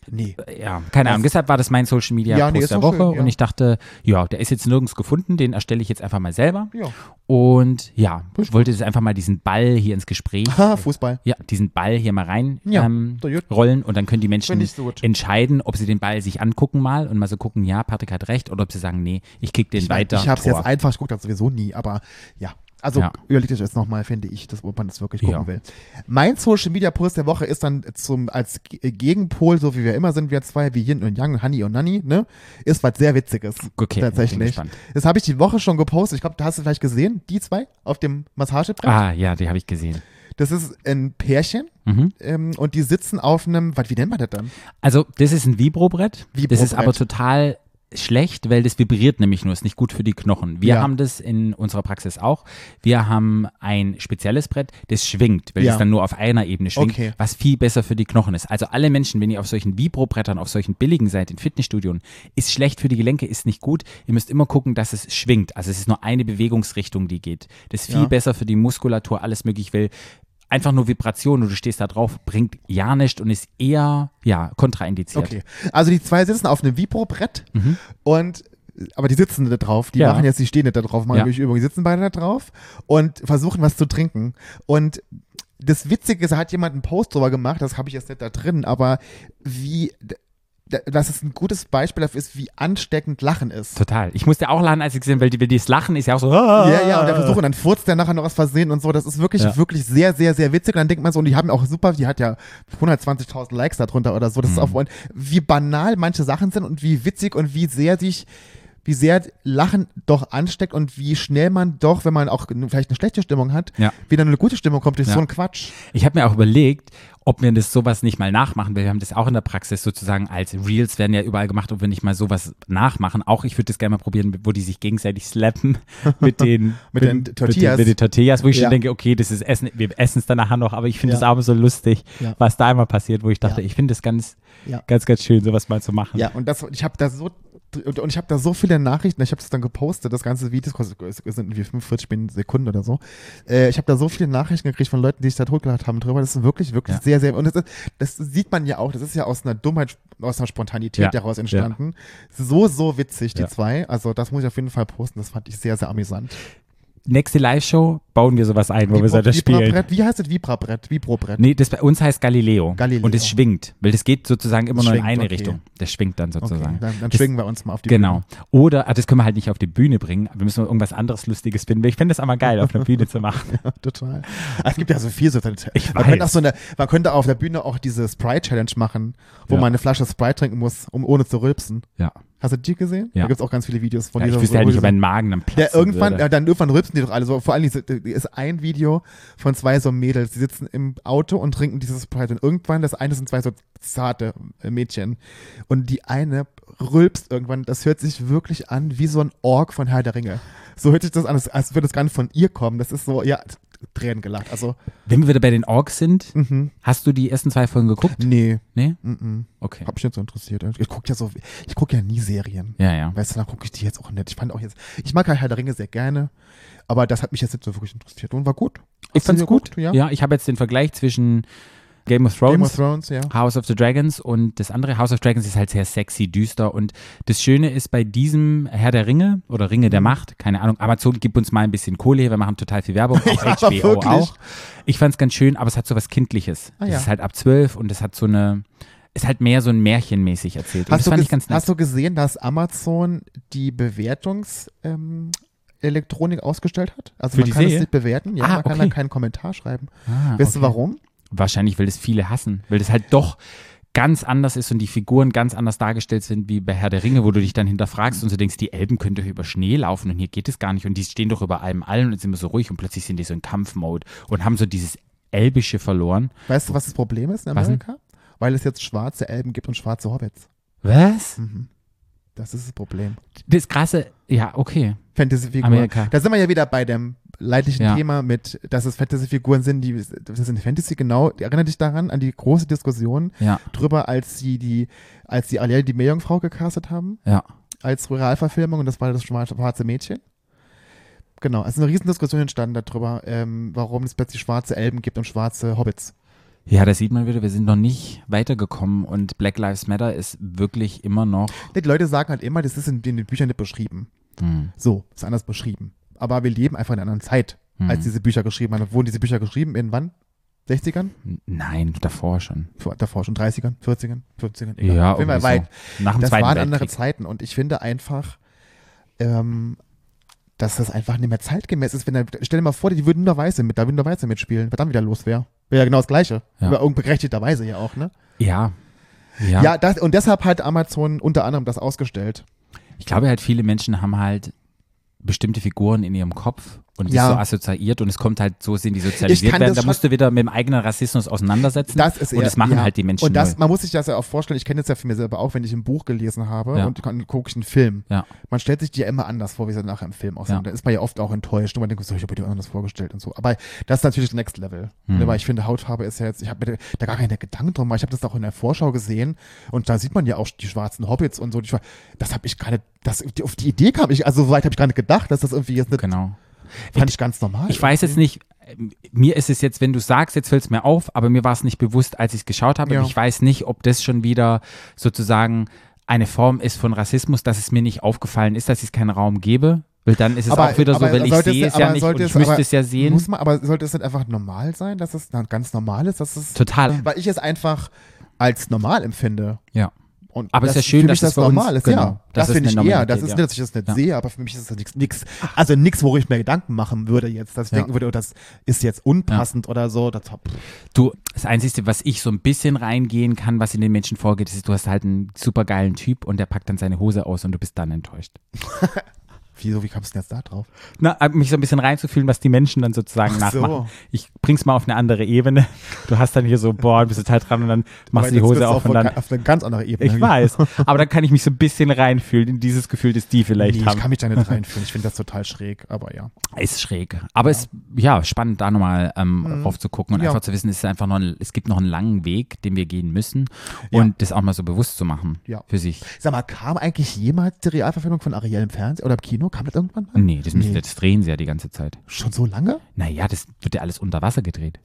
S2: Nee.
S1: Ja, keine Ahnung. Deshalb war das mein Social Media
S2: Ja,
S1: Post
S2: nee, ist
S1: der
S2: doch
S1: Woche
S2: schön, ja.
S1: und ich dachte, ja, der ist jetzt nirgends gefunden, den erstelle ich jetzt einfach mal selber.
S2: Ja.
S1: Und ja, ich wollte jetzt einfach mal diesen Ball hier ins Gespräch,
S2: Haha, Fußball.
S1: ja, diesen Ball hier mal rein
S2: Ja,
S1: ähm,
S2: so gut.
S1: rollen und dann können die Menschen
S2: Find ich so gut.
S1: entscheiden, ob sie den Ball sich angucken mal und mal so gucken, ja, Patrick hat recht oder ob sie sagen, nee, ich kick den
S2: Ich, mein,
S1: weiter.
S2: ich habe es
S1: Tor.
S2: jetzt einfach, ich gucke das sowieso nie, aber ja. Also
S1: Ja.
S2: überlegt euch jetzt nochmal, finde ich, dass man das wirklich gucken
S1: Ja.
S2: will. Mein Social Media Post der Woche ist dann zum als G- äh, Gegenpol, so wie wir immer sind, wir zwei, wie Yin und Yang und Honey und Nanny, ne? Ist was sehr Witziges.
S1: Okay, bin
S2: tatsächlich.
S1: gespannt.
S2: Das habe ich die Woche schon gepostet. Ich glaube, da hast du vielleicht gesehen, die zwei auf dem Massagebrett.
S1: Ah, ja, die habe ich gesehen.
S2: Das ist ein Pärchen
S1: Mhm.
S2: ähm, und die sitzen auf einem, was, wie nennt man das dann?
S1: Also, das ist ein Vibrobrett. Das ist
S2: Vibrobrett.
S1: aber total schlecht, weil das vibriert nämlich nur, ist nicht gut für die Knochen. Wir
S2: Ja.
S1: haben das in unserer Praxis auch. Wir haben ein spezielles Brett, das schwingt, weil
S2: Ja.
S1: das dann nur auf einer Ebene schwingt,
S2: Okay.
S1: was viel besser für die Knochen ist. Also alle Menschen, wenn ihr auf solchen Vibro-Brettern, auf solchen billigen seid, in Fitnessstudion, ist schlecht für die Gelenke, ist nicht gut. Ihr müsst immer gucken, dass es schwingt. Also es ist nur eine Bewegungsrichtung, die geht. Das ist viel
S2: Ja.
S1: besser für die Muskulatur, alles möglich, weil einfach nur Vibration und du stehst da drauf, bringt ja nicht und ist eher, ja, kontraindiziert.
S2: Okay. Also die zwei sitzen auf einem Vibro-Brett und aber die sitzen da drauf, die
S1: Mhm. Ja.
S2: machen jetzt, die stehen nicht da drauf, machen
S1: Ja.
S2: durch Übungen, die sitzen beide da drauf und versuchen was zu trinken. Und das Witzige ist, da hat jemand einen Post drüber gemacht, das habe ich jetzt nicht da drin, aber wie, d- d- dass es ein gutes Beispiel dafür ist, wie ansteckend Lachen ist.
S1: Total. Ich musste auch lachen, als ich gesehen habe, weil die- weil dieses Lachen ist ja auch so. Ja,
S2: Ja, ja, und der Versuch, und dann furzt der nachher noch aus Versehen und so. Das ist wirklich,
S1: Ah. Ja.
S2: wirklich sehr, sehr, sehr witzig. Und dann denkt man so, und die haben auch super, die hat ja 120.000 Likes darunter oder so. Das
S1: Mhm.
S2: ist auch, und wie banal manche Sachen sind und wie witzig und wie sehr sich, wie sehr Lachen doch ansteckt und wie schnell man doch, wenn man auch vielleicht eine schlechte Stimmung hat,
S1: Ja.
S2: wieder eine gute Stimmung kommt durch
S1: Ja.
S2: so einen Quatsch.
S1: Ich habe mir auch überlegt, ob wir das sowas nicht mal nachmachen, weil wir haben das auch in der Praxis sozusagen als Reels werden ja überall gemacht, ob wir nicht mal sowas nachmachen. Auch ich würde das gerne mal probieren, wo die sich gegenseitig slappen mit den,
S2: Mit den Tortillas.
S1: Mit den Tortillas, wo ich
S2: Ja.
S1: schon denke, okay, das ist Essen, wir essen es dann nachher noch, aber ich finde
S2: Ja.
S1: es abends so lustig,
S2: Ja.
S1: was da einmal passiert, wo ich dachte,
S2: Ja.
S1: ich finde es ganz,
S2: Ja.
S1: ganz, ganz schön, sowas mal zu machen.
S2: Ja, und das, ich habe da so und, und ich habe da so viele Nachrichten, ich habe das dann gepostet, das ganze Video das kostet- es sind irgendwie 45 Min- Sekunden oder so. Äh, ich habe da so viele Nachrichten gekriegt von Leuten, die sich da hochgeladen haben drüber. Das ist wirklich, wirklich
S1: Ja.
S2: sehr, sehr. Und das, ist, das sieht man ja auch, das ist ja aus einer Dummheit, aus einer Spontanität
S1: Ja.
S2: daraus entstanden. So, so witzig, die
S1: Ja.
S2: zwei. Also das muss ich auf jeden Fall posten. Das fand ich sehr, sehr amüsant.
S1: Nächste Live-Show bauen wir sowas ein, wo wir so
S2: Vibra-
S1: das spielen.
S2: Vibrabrett, wie heißt das? Vibra-Brett, Vibro-Brett.
S1: Nee, das bei uns heißt Galileo.
S2: Galileo.
S1: Und es schwingt, weil das geht sozusagen immer
S2: Das
S1: nur in
S2: schwingt,
S1: eine
S2: okay.
S1: Richtung. Das schwingt dann
S2: okay,
S1: sozusagen.
S2: dann, dann
S1: das,
S2: schwingen wir uns mal auf die
S1: Genau. Oder, ah, das können wir halt nicht auf die Bühne bringen. Wir müssen irgendwas anderes Lustiges finden. Ich finde das aber geil, auf einer Bühne zu machen.
S2: Total. Es gibt ja so viel so
S1: Ich
S2: man
S1: weiß.
S2: könnte, auch so eine, man könnte auf der Bühne auch diese Sprite Challenge machen, wo
S1: Ja.
S2: man eine Flasche Sprite trinken muss, um ohne zu rülpsen.
S1: Ja.
S2: Hast du die gesehen?
S1: Ja.
S2: Da gibt's auch ganz viele Videos von
S1: ja ich
S2: dieser
S1: wüsste halt nicht,
S2: wo-
S1: ob mein Magen dann
S2: ja,
S1: platzt.
S2: irgendwann, ja, dann irgendwann rülpsen die doch alle so. Vor allem diese- ist ein Video von zwei so Mädels, die sitzen im Auto und trinken dieses Sprite. Und irgendwann, das eine sind zwei so zarte äh, Mädchen. Und die eine rülpst irgendwann. Das hört sich wirklich an wie so ein Org von Herr der Ringe. So hört sich das an, als- als würde das gar nicht von ihr kommen. Das ist so, ja, Tränen gelacht. Also,
S1: Wenn wir wieder bei den Orks sind,
S2: mhm.
S1: hast du die ersten zwei Folgen geguckt?
S2: Nee,
S1: Nee?
S2: mhm.
S1: Okay.
S2: Hab mich nicht so interessiert. Ich guck ja so, ich guck ja nie Serien.
S1: Ja, ja.
S2: Weißt du, da gucke ich die jetzt auch nicht. Ich fand auch jetzt, ich mag halt Herr der Ringe sehr gerne, aber das hat mich jetzt nicht so wirklich interessiert und war gut.
S1: Ich
S2: Hast du
S1: fand's
S2: die
S1: gut.
S2: geguckt? Ja.
S1: ich habe jetzt den Vergleich zwischen Game of Thrones.
S2: Game of Thrones, ja.
S1: House of the Dragons und das andere House of Dragons ist halt sehr sexy, düster und das Schöne ist bei diesem Herr der Ringe oder Ringe
S2: Mhm.
S1: der Macht, keine Ahnung, Amazon gibt uns mal ein bisschen Kohle, hier, wir machen total viel Werbung, auch HBO
S2: wirklich.
S1: auch. Ich fand es ganz schön, aber es hat so was Kindliches.
S2: Ah,
S1: das
S2: ja.
S1: ist halt ab 12 und es hat so eine, ist halt mehr so ein Märchenmäßig erzählt. und das
S2: Hast du,
S1: fand
S2: ges-
S1: ich ganz nett.
S2: hast du gesehen, dass Amazon die Bewertungs- ähm, Elektronik ausgestellt hat. Also
S1: Für
S2: man
S1: die
S2: kann es
S1: Serie?
S2: nicht bewerten, ja,
S1: Ah,
S2: man kann
S1: okay.
S2: da keinen Kommentar schreiben.
S1: Ah,
S2: Weißt du
S1: okay.
S2: warum?
S1: Wahrscheinlich, weil das viele hassen, weil das halt doch ganz anders ist und die Figuren ganz anders dargestellt sind wie bei Herr der Ringe, wo du dich dann hinterfragst und so denkst, die Elben können doch über Schnee laufen und hier geht es gar nicht und die stehen doch über allem allen und sind immer so ruhig und plötzlich sind die so in Kampfmode und haben so dieses Elbische verloren.
S2: Weißt du, was das Problem ist in
S1: Was denn?
S2: Amerika? Weil es jetzt schwarze Elben gibt und schwarze Hobbits.
S1: Was?
S2: Mhm. Das ist das Problem.
S1: Das krasse, ja, okay.
S2: Fantasy-Figuren.
S1: Amerika.
S2: Da sind wir ja wieder bei dem leidlichen
S1: Ja.
S2: Thema mit, dass es Fantasy-Figuren sind, die, das sind Fantasy, genau, erinnere dich daran, an die große Diskussion
S1: Ja,
S2: drüber, als sie die, als sie Ariel die Meerjungfrau gecastet haben,
S1: ja.
S2: als Ruralverfilmung und das war das schwarze schwarze Mädchen. Genau, es ist eine riesen Diskussion entstanden darüber, ähm, warum es plötzlich schwarze Elben gibt und schwarze Hobbits.
S1: Ja, das sieht man wieder, wir sind noch nicht weitergekommen und Black Lives Matter ist wirklich immer noch.
S2: Die Leute sagen halt immer, das ist in den Büchern nicht beschrieben.
S1: Hm,
S2: So, ist anders beschrieben. Aber wir leben einfach in einer anderen Zeit,
S1: hm.
S2: als diese Bücher geschrieben waren. Wurden diese Bücher geschrieben in wann? 60ern?
S1: Nein, davor schon.
S2: Vor- Davor schon 30ern, 40ern, 50ern?
S1: Ja,
S2: Egal. Auf jeden Fall
S1: irgendwie
S2: weit.
S1: so. Nach dem
S2: das
S1: Zweiten
S2: waren
S1: Weltkrieg.
S2: andere Zeiten und ich finde einfach, ähm, dass das einfach nicht mehr zeitgemäß ist. Wenn da, stell dir mal vor, die würden nur Weiße mit, da würden nur Weiße mitspielen, was dann wieder los wäre. Wäre ja genau das Gleiche.
S1: Ja.
S2: Aber unberechtigterweise ja auch, ne?
S1: Ja. Ja.
S2: Ja, das, und deshalb hat Amazon unter anderem das ausgestellt.
S1: Ich glaube halt, viele Menschen haben halt bestimmte Figuren in ihrem Kopf und die
S2: Ja.
S1: so assoziiert und es kommt halt, so sind die sozialisiert
S2: kann
S1: werden.
S2: das
S1: Da
S2: schon-
S1: musst du wieder mit dem eigenen Rassismus auseinandersetzen.
S2: Das ist
S1: und
S2: eher-
S1: das machen
S2: ja.
S1: halt die Menschen.
S2: Und das,
S1: null.
S2: man muss sich das ja auch vorstellen, ich kenne das ja für mich selber auch, wenn ich ein Buch gelesen habe
S1: Ja.
S2: und dann gucke ich einen Film.
S1: Ja.
S2: Man stellt sich die ja immer anders vor, wie sie nachher im Film aussehen.
S1: Ja.
S2: Da ist man ja oft auch enttäuscht und man denkt, so, ich habe dir anders vorgestellt und so. Aber das ist natürlich Next Level.
S1: Hm.
S2: Ne, weil ich finde, Hautfarbe ist ja jetzt, ich habe mir da gar keine Gedanken drum, weil ich habe das auch in der Vorschau gesehen und da sieht man ja auch die schwarzen Hobbits und so. Die, schwar- das habe ich gerade, das, auf die Idee kam ich, also so weit habe ich gar nicht gedacht, dass das irgendwie jetzt, nicht,
S1: Genau.
S2: fand ich ganz normal.
S1: Ich weiß jetzt nicht, ähm, mir ist es jetzt, wenn du sagst, jetzt fällt es mir auf, aber mir war es nicht bewusst, als ich es geschaut habe.
S2: Ja.
S1: Ich weiß nicht, ob das schon wieder sozusagen eine Form ist von Rassismus, dass es mir nicht aufgefallen ist, dass ich es keinen Raum gebe. Weil dann ist es auch wieder so, weil ich
S2: sollte
S1: sehe es ja
S2: aber
S1: nicht und
S2: sollte
S1: ich müsste
S2: aber-
S1: es ja sehen.
S2: Muss man, aber sollte es nicht einfach normal sein, dass es dann ganz normal ist, dass es.
S1: Total.
S2: Weil ich es einfach als normal empfinde.
S1: Ja.
S2: Und
S1: Aber es ist
S2: das
S1: ja schön,
S2: für
S1: dass
S2: mich
S1: es
S2: das
S1: bei uns-
S2: normal ist,
S1: genau,
S2: ja.
S1: dass
S2: Das,
S1: es
S2: finde ich
S1: eine
S2: eher.
S1: Normalität,
S2: Das ist
S1: ja.
S2: nicht, dass ich das nicht
S1: Ja.
S2: sehe, aber für mich ist das nichts. Also nichts, wo ich mir Gedanken machen würde jetzt, dass ich
S1: Ja.
S2: denken würde, oh, das ist jetzt unpassend oder so. Das,
S1: Du, das Einzige, was ich so ein bisschen reingehen kann, was in den Menschen vorgeht, ist, du hast halt einen supergeilen Typ und der packt dann seine Hose aus und du bist dann enttäuscht.
S2: wieso, wie kamst du denn jetzt da drauf?
S1: Na, äh, mich so ein bisschen reinzufühlen, was die Menschen dann sozusagen
S2: Ach so.
S1: nachmachen. Ich bring's mal auf eine andere Ebene. Du hast dann hier so, boah, du bist total dran und dann machst du
S2: Weil
S1: die
S2: jetzt bist
S1: Hose
S2: du
S1: auf und
S2: auf,
S1: dann.
S2: auf eine ganz andere Ebene.
S1: Ich weiß. Aber dann kann ich mich so ein bisschen reinfühlen in dieses Gefühl, das die
S2: Nee,
S1: vielleicht
S2: ich
S1: haben.
S2: kann mich da nicht reinfühlen. Ich finde das total schräg, aber ja.
S1: Ist schräg. Aber es ist ja spannend, da nochmal ähm, drauf zu gucken und
S2: Mhm. Ja.
S1: einfach zu wissen, es ist einfach noch ein, es gibt noch einen langen Weg, den wir gehen müssen.
S2: Ja.
S1: Und das auch mal so bewusst zu machen
S2: Ja.
S1: für sich.
S2: Sag mal, kam eigentlich jemals die Realverfilmung von Ariel im Fernsehen oder im Kino? Kam das irgendwann mal?
S1: Nee, das, müssen,
S2: Nee.
S1: das drehen sie ja die ganze Zeit.
S2: Schon so lange?
S1: Naja, das wird ja alles unter Wasser gedreht.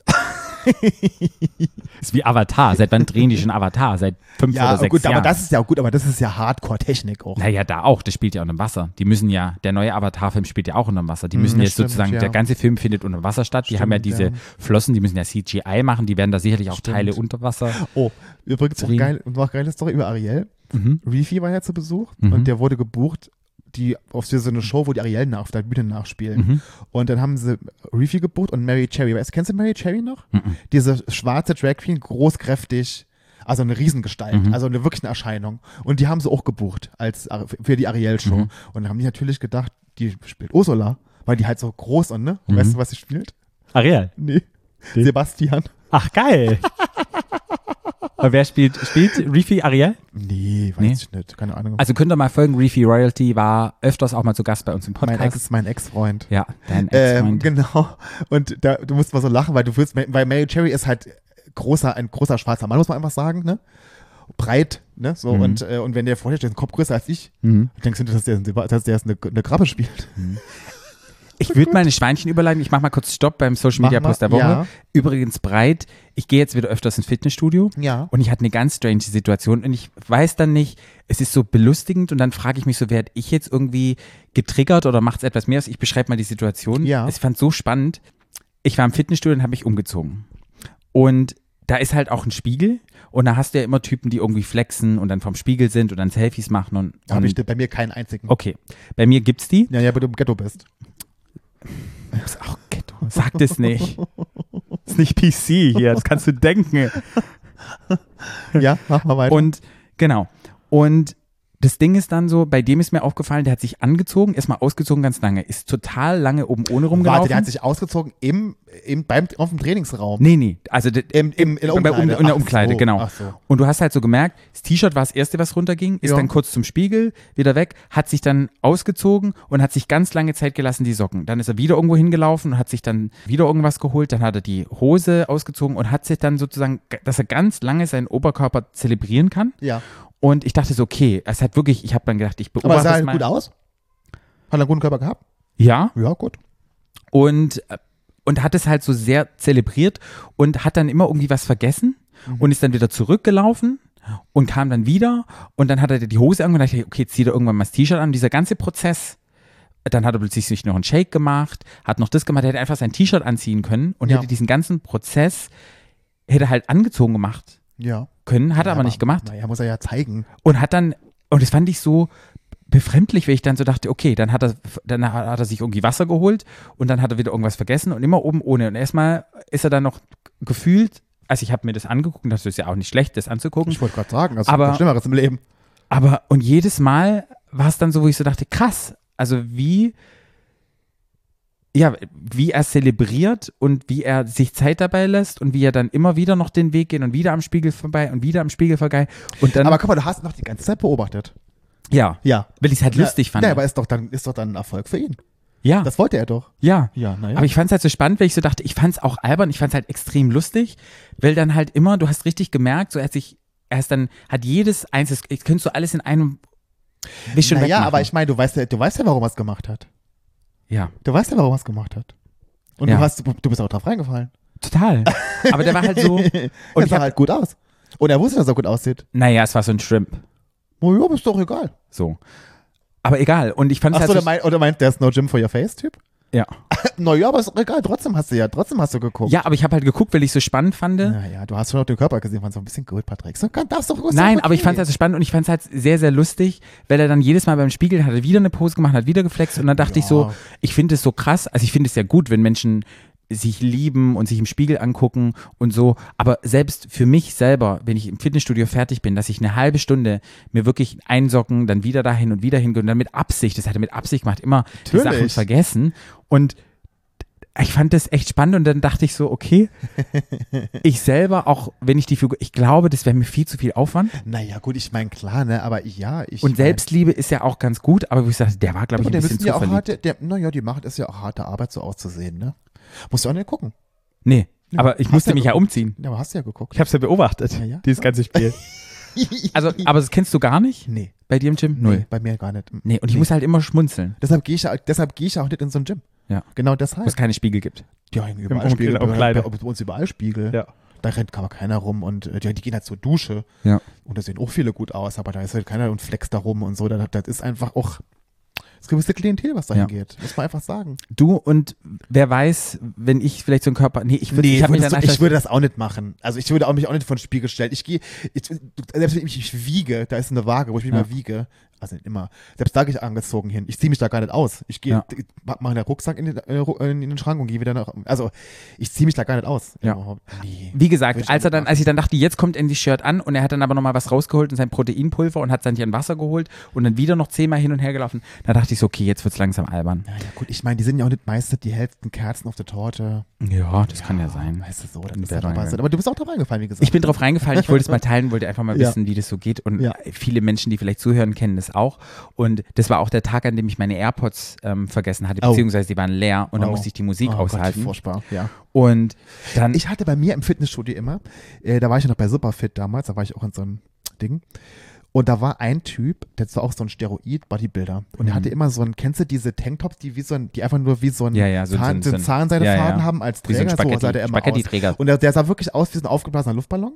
S1: ist wie Avatar. Seit wann drehen die schon Avatar? Seit fünf oder sechs
S2: gut,
S1: Jahren.
S2: aber das ist ja gut, aber das ist ja Hardcore-Technik auch.
S1: Naja, da auch. Das spielt ja unter dem Wasser. Die müssen ja, der neue Avatar-Film spielt ja auch unter dem Wasser. Die müssen
S2: Mhm, das
S1: jetzt
S2: stimmt,
S1: sozusagen,
S2: ja.
S1: der ganze Film findet unter dem Wasser statt. die haben ja
S2: Stimmt,
S1: diese
S2: ja.
S1: Flossen, die müssen ja CGI machen. Die werden da sicherlich auch
S2: Stimmt.
S1: Teile unter Wasser.
S2: Oh, übrigens auch
S1: Reden.
S2: geil, noch geile Story über Ariel.
S1: Mhm.
S2: Reefy war ja zu Besuch
S1: Mhm.
S2: und der wurde gebucht, die auf so eine Show, wo die Ariel nach, auf der Bühne nachspielen.
S1: Mhm.
S2: Und dann haben sie Reefy gebucht und Mary Cherry. Weißt, kennst du Mary Cherry noch?
S1: Mhm.
S2: Diese schwarze Drag Queen, großkräftig, also eine Riesengestalt,
S1: Mhm.
S2: also eine wirkliche Erscheinung. Und die haben sie auch gebucht als Ar- für die Ariel-Show.
S1: Mhm.
S2: Und haben die natürlich gedacht, die spielt Ursula, weil die halt so groß und ne? Und
S1: Mhm.
S2: Weißt du, was sie spielt?
S1: Ariel.
S2: Nee.
S1: Den-
S2: Sebastian.
S1: Ach, geil. Aber wer spielt, spielt Reefy Ariel?
S2: Nee, weiß
S1: Nee.
S2: ich nicht. Keine Ahnung.
S1: Also könnt ihr mal folgen. Reefy Royalty war öfters auch mal zu Gast bei uns im Podcast.
S2: mein Ex ist mein Ex-Freund.
S1: ja, dein
S2: Ähm,
S1: Ex-Freund.
S2: genau. Und da, du musst mal so lachen, weil du willst, weil Mary Cherry ist halt großer, ein großer schwarzer Mann, muss man einfach sagen, ne? Breit, ne? So,
S1: Mhm.
S2: und, äh, und wenn der vor dir steht, ist ein Kopf größer als ich,
S1: mhm.
S2: denkst du, dass der, dass der jetzt eine, eine Krabbe spielt.
S1: Ich würde meine Schweinchen überleiten. Ich mache mal kurz Stopp beim Social
S2: Mach
S1: Media
S2: mal,
S1: Post der Woche.
S2: ja.
S1: Übrigens breit. Ich gehe jetzt wieder öfters ins Fitnessstudio.
S2: Ja.
S1: Und ich hatte eine ganz strange Situation und ich weiß dann nicht, es ist so belustigend und dann frage ich mich so, werde ich jetzt irgendwie getriggert oder macht es etwas mehr aus? Ich beschreibe mal die Situation.
S2: Ja.
S1: Ich fand so spannend. Ich war im Fitnessstudio und habe mich umgezogen. Und da ist halt auch ein Spiegel und da hast du ja immer Typen, die irgendwie flexen und dann vom Spiegel sind und dann Selfies machen und,
S2: Da habe ich
S1: und
S2: bei mir keinen einzigen.
S1: okay. Bei mir gibt's die.
S2: Ja, ja, weil du im Ghetto bist.
S1: Ist auch Ghetto. Sag das nicht. Ist nicht PC hier, das kannst du denken.
S2: Ja, mach mal weiter.
S1: Und genau. Und das Ding ist dann so, bei dem ist mir aufgefallen, der hat sich angezogen, ist mal ausgezogen ganz lange, ist total lange oben ohne rumgelaufen.
S2: Warte, der hat sich ausgezogen im, im, beim, auf dem Trainingsraum.
S1: nee, nee, also der,
S2: Im, im, in der
S1: Bei- bei-
S2: Umkleide.
S1: in der
S2: Ach
S1: Umkleide,
S2: so,
S1: genau.
S2: Ach so.
S1: Und du hast halt so gemerkt, das T-Shirt war das erste, was runterging, ist
S2: Ja.
S1: dann kurz zum Spiegel, wieder weg, hat sich dann ausgezogen und hat sich ganz lange Zeit gelassen, die Socken. Dann ist er wieder irgendwo hingelaufen und hat sich dann wieder irgendwas geholt, dann hat er die Hose ausgezogen und hat sich dann sozusagen, dass er ganz lange seinen Oberkörper zelebrieren kann.
S2: Ja.
S1: Und ich dachte so, okay, es hat wirklich, ich habe dann gedacht, ich
S2: Aber
S1: beobachte
S2: sah
S1: es
S2: halt
S1: mal.
S2: gut aus. Hat er einen guten Körper gehabt?
S1: Ja,
S2: Ja, gut.
S1: und äh, und hat es halt so sehr zelebriert und hat dann immer irgendwie was vergessen
S2: Mhm.
S1: und ist dann wieder zurückgelaufen und kam dann wieder und dann hat er die Hose an und dachte, ich, okay, jetzt zieht er irgendwann mal das T-Shirt an. Dieser ganze Prozess, dann hat er plötzlich sich noch einen Shake gemacht, hat noch das gemacht, er hätte einfach sein T-Shirt anziehen können und
S2: Ja.
S1: hätte diesen ganzen Prozess, hätte er halt angezogen gemacht
S2: Ja.
S1: können, hat er aber nicht gemacht
S2: Naja, muss er ja zeigen.
S1: und hat dann, und das fand ich so befremdlich, weil ich dann so dachte, okay, dann hat er, dann hat er sich irgendwie Wasser geholt und dann hat er wieder irgendwas vergessen und immer oben ohne. Und erstmal ist er dann noch gefühlt, also ich habe mir das angeguckt und das ist ja auch nicht schlecht, das anzugucken.
S2: Ich wollte gerade sagen, also
S1: Aber-
S2: aber, Schlimmeres im Leben.
S1: Aber und jedes Mal war es dann so, wo ich so dachte, krass, also wie, ja, wie er zelebriert und wie er sich Zeit dabei lässt und wie er dann immer wieder noch den Weg geht und wieder am Spiegel vorbei und wieder am Spiegel vorbei und dann,
S2: Aber guck mal, du hast ihn noch die ganze Zeit beobachtet.
S1: ja,
S2: Ja.
S1: weil ich es halt lustig fand.
S2: Ja, aber ist doch dann, ist doch dann ein Erfolg für ihn.
S1: ja,
S2: Das wollte er doch.
S1: ja.
S2: Ja, naja.
S1: Aber ich fand es halt so spannend, weil ich so dachte, ich fand es auch albern, ich fand es halt extrem lustig, weil dann halt immer, du hast richtig gemerkt, so er hat sich, er ist dann, hat jedes einzelne, jetzt könntest du alles in einem Wisch und
S2: naja,
S1: wegmachen.
S2: aber ich meine, du weißt ja, du weißt ja, warum er es gemacht hat.
S1: Ja,
S2: Du weißt ja, warum er es gemacht hat. Und
S1: Ja.
S2: du hast, du bist auch drauf reingefallen.
S1: total. Aber der war halt so,
S2: Und
S1: Und
S2: er
S1: ich
S2: sah
S1: hab-
S2: halt gut aus. Und er wusste, dass er gut aussieht.
S1: naja, es war so ein Shrimp,
S2: Oh, ja, ist doch egal.
S1: so. Aber egal, und ich fand es
S2: Achso,
S1: halt
S2: oder,
S1: so,
S2: mein, oder meint, there's no gym for your face, Typ?
S1: ja.
S2: Naja, aber ist doch egal. Trotzdem hast du ja, trotzdem hast du geguckt.
S1: ja, aber ich habe halt geguckt, weil ich so spannend fand.
S2: Naja, du hast schon auf den Körper gesehen, fandst du ein bisschen gut, Patrick. So kann das doch ist doch
S1: Nein,
S2: okay.
S1: aber ich fand es halt so spannend und ich fand es halt sehr, sehr lustig, weil er dann jedes Mal beim Spiegel hatte wieder eine Pose gemacht, hat wieder geflext und dann dachte ich so,
S2: Ja.
S1: ich finde es so krass, also ich finde es ja gut, wenn Menschen sich lieben und sich im Spiegel angucken und so, aber selbst für mich selber, wenn ich im Fitnessstudio fertig bin, dass ich eine halbe Stunde mir wirklich einsocken, dann wieder dahin und wieder hingehen und dann mit Absicht, das hat er mit Absicht gemacht, immer die
S2: Natürlich.
S1: Sachen vergessen und ich fand das echt spannend und dann dachte ich so, okay, ich selber, auch wenn ich die Figur, ich glaube, das wäre mir viel zu viel Aufwand.
S2: Naja, gut, ich meine, klar, ne, aber ja, ich.
S1: Und Selbstliebe ist ja auch ganz gut, aber wo ich sage, der war, glaube
S2: mein,
S1: ich, ein
S2: der
S1: bisschen
S2: müssen
S1: zu
S2: ja auch
S1: verliebt.
S2: harte, der, naja, die macht es ja auch harte Arbeit, so auszusehen, ne? Musst du auch nicht gucken.
S1: Nee, aber ich
S2: hast
S1: musste
S2: ja
S1: mich ja
S2: geguckt.
S1: umziehen.
S2: Ja, aber hast du ja geguckt.
S1: Ich habe es ja beobachtet,
S2: Ja, ja.
S1: dieses ganze Spiel. also, aber das kennst du gar nicht
S2: Nee.
S1: bei dir im Gym?
S2: Nee, bei mir gar nicht. Mm,
S1: Nee, und ich muss halt immer schmunzeln,
S2: Deshalb gehe ich, ja- deshalb gehe ich ja auch nicht in so ein Gym.
S1: Ja.
S2: Genau
S1: wo es
S2: deshalb.
S1: keine Spiegel gibt.
S2: Die haben überall
S1: Umkleide-
S2: Spiegel.
S1: Umkleide.
S2: Bei, bei uns überall Spiegel.
S1: Ja.
S2: Da rennt aber keiner rum und äh, die, die gehen halt zur Dusche.
S1: Ja.
S2: Und da sehen auch viele gut aus, aber da ist halt keiner und flext da rum und so. Das, das ist einfach auch das gewisse Klientel, was da
S1: Ja.
S2: hingeht. Muss man einfach sagen.
S1: Du und wer weiß, wenn ich vielleicht so einen Körper. Nee, ich, würd,
S2: Nee,
S1: ich
S2: ich,
S1: hab mich
S2: würdest
S1: dann
S2: du, ich
S1: einfach-
S2: würde das auch nicht machen. Also ich würde auch mich auch nicht vor den Spiegel stellen. Ich gehe, ich, selbst wenn ich mich wiege, da ist eine Waage, wo ich mich
S1: Ja.
S2: mal wiege. Also nicht immer. Selbst da gehe ich angezogen hin. Ich ziehe mich da gar nicht aus. Ich gehe,
S1: Ja.
S2: ich mach mache den Rucksack in den, äh, Ru- in den Schrank und gehe wieder nach. Also ich ziehe mich da gar nicht aus.
S1: Ja.
S2: Überhaupt. Nee.
S1: Wie
S2: Würde ich
S1: gesagt, als er dann,
S2: auch machen.
S1: als ich dann dachte, jetzt kommt endlich Shirt an und er hat dann aber nochmal was rausgeholt und sein Proteinpulver und hat dann hier ein Wasser geholt und dann wieder noch zehnmal hin und her gelaufen, da dachte ich so, okay, jetzt wird's langsam albern.
S2: Ja, ja, gut, ich meine, die sind ja auch nicht meistens die hellsten Kerzen auf der Torte.
S1: Ja, das kann ja sein.
S2: Weißt du so, das
S1: Bin
S2: ist
S1: da
S2: ja
S1: dran
S2: dabei.
S1: gegangen.
S2: Aber du bist auch da reingefallen, wie gesagt.
S1: Ich bin drauf reingefallen, ich wollte es mal teilen, wollte einfach mal
S2: Ja.
S1: wissen, wie das so geht. Und
S2: Ja.
S1: viele Menschen, die vielleicht zuhören, kennen das auch. Und das war auch der Tag, an dem ich meine AirPods ähm, vergessen hatte,
S2: Oh.
S1: beziehungsweise die waren leer und da
S2: Oh.
S1: musste ich die Musik
S2: oh
S1: aushalten.
S2: Gott, furchtbar. Ja.
S1: und dann,
S2: Ich hatte bei mir im Fitnessstudio immer, äh, da war ich ja noch bei Superfit damals, da war ich auch in so einem Ding. Und da war ein Typ, der war auch so ein Steroid-Bodybuilder. Und
S1: Mhm.
S2: der hatte immer so ein, kennst du diese Tanktops, die wie so ein, die einfach nur wie so ein
S1: Ja, ja, so ein-
S2: Zahn,
S1: so ein-
S2: so ein Zahnseidefaden
S1: ja, ja.
S2: haben als
S1: Wie so ein
S2: Träger, so
S1: Spaghetti-
S2: sah der immer
S1: Spaghetti-Träger.
S2: aus. Und der, der sah wirklich aus wie so ein aufgeblasener Luftballon.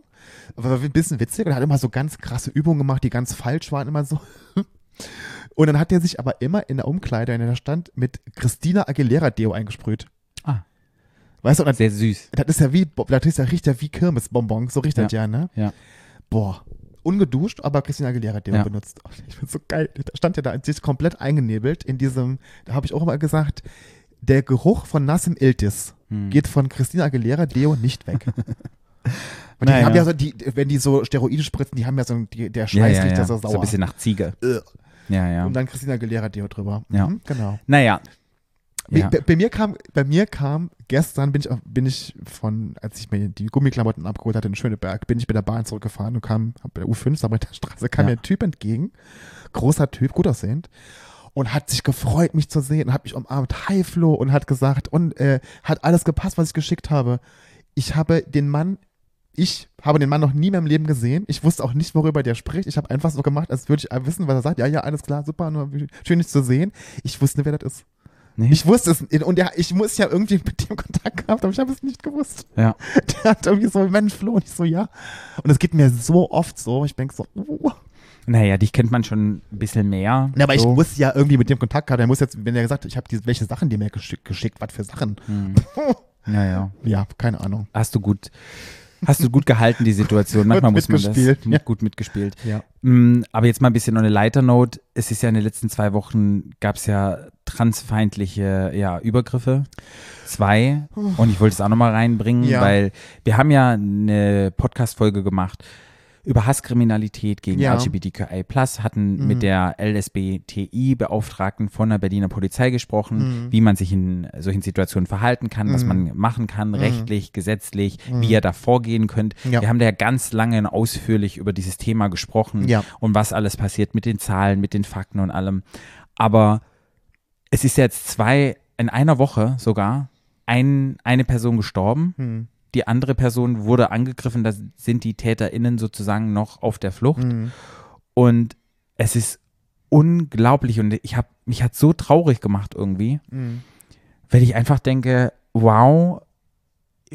S2: Aber war ein bisschen witzig und hat immer so ganz krasse Übungen gemacht, die ganz falsch waren, immer so. Und dann hat er sich aber immer in der Umkleide, in der da stand, mit Christina Aguilera Deo eingesprüht.
S1: Ah.
S2: Weißt du, und dann
S1: sehr süß.
S2: das ist ja wie, das ist ja riecht ja wie Kirmesbonbon, so riecht das ja, ne?
S1: Ja.
S2: Boah. Ungeduscht, aber Christina Aguilera hat den
S1: Ja.
S2: benutzt. Oh, Ich bin so geil. Da stand ja da, sie ist komplett eingenebelt in diesem, da habe ich auch immer gesagt, der Geruch von nassem Iltis
S1: Mhm.
S2: geht von Christina Aguilera Deo nicht weg. Weil die
S1: Naja.
S2: haben ja so, die, wenn die so Steroide spritzen, die haben ja so, ein- die, der
S1: Ja,
S2: Schweiß
S1: ja,
S2: riecht
S1: ja.
S2: ja
S1: So
S2: so
S1: ein
S2: sauer.
S1: bisschen nach Ziege.
S2: Ugh.
S1: Ja, ja.
S2: Und dann Christina Aguilera Deo drüber.
S1: Ja.
S2: Mhm, genau.
S1: Naja.
S2: Bei-
S1: Ja.
S2: Bei, bei mir kam, bei mir kam gestern bin ich, auf- bin ich von, als ich mir die Gummiklamotten abgeholt hatte in Schöneberg, bin ich mit der Bahn zurückgefahren und kam hab bei der U5, aber in der Straße kam
S1: Ja.
S2: mir ein Typ entgegen, großer Typ, gut aussehend, und hat sich gefreut, mich zu sehen, und hat mich umarmt, hi Flo, und hat gesagt, und äh, hat alles gepasst, was ich geschickt habe. Ich habe den Mann, ich habe den Mann noch nie in meinem Leben gesehen. Ich wusste auch nicht, worüber der spricht. Ich habe einfach so gemacht, als würde ich wissen, was er sagt. Ja, ja, alles klar, super, nur schön, dich zu sehen. Ich wusste, nicht, wer das ist.
S1: Nee.
S2: Ich wusste es. nicht. Und der, ich muss ja irgendwie mit dem Kontakt gehabt, aber ich habe es nicht gewusst.
S1: Ja.
S2: Der hat irgendwie so, Mensch, Flo. Und ich so, ja. Und es geht mir so oft so. Ich denke so, uh.
S1: Naja, dich kennt man schon ein bisschen mehr.
S2: Ja, aber
S1: so.
S2: ich muss ja irgendwie mit dem Kontakt gehabt. Er muss jetzt, wenn er gesagt hat, ich habe diese, welche Sachen dir mir geschickt, geschickt, was für Sachen.
S1: Hm. Ja, ja.
S2: Ja, keine Ahnung.
S1: Hast du gut, hast du gut gehalten, die Situation. Manchmal
S2: Gut
S1: muss man das
S2: mitgespielt, ja.
S1: gut mitgespielt.
S2: Ja.
S1: Mm, Aber jetzt mal ein bisschen on a lighter note. Es ist ja in den letzten zwei Wochen gab es ja transfeindliche ja, Übergriffe. Zwei. Und ich wollte es auch nochmal reinbringen,
S2: Ja.
S1: weil wir haben ja eine Podcast-Folge gemacht über Hasskriminalität gegen
S2: Ja.
S1: LGBTQI+, hatten
S2: Mhm.
S1: mit der LSBTI-Beauftragten von der Berliner Polizei gesprochen,
S2: Mhm.
S1: wie man sich in solchen Situationen verhalten kann, was
S2: Mhm.
S1: man machen kann, rechtlich, gesetzlich, wie ihr da vorgehen könnt.
S2: Ja.
S1: Wir haben da ja ganz lange und ausführlich über dieses Thema gesprochen
S2: Ja.
S1: und was alles passiert mit den Zahlen, mit den Fakten und allem. Aber es ist jetzt zwei, in einer Woche sogar, ein, eine Person gestorben,
S2: Hm.
S1: die andere Person wurde angegriffen, da sind die TäterInnen sozusagen noch auf der Flucht.
S2: Hm.
S1: Und es ist unglaublich und ich habe mich hat so traurig gemacht irgendwie,
S2: Hm.
S1: weil ich einfach denke, wow,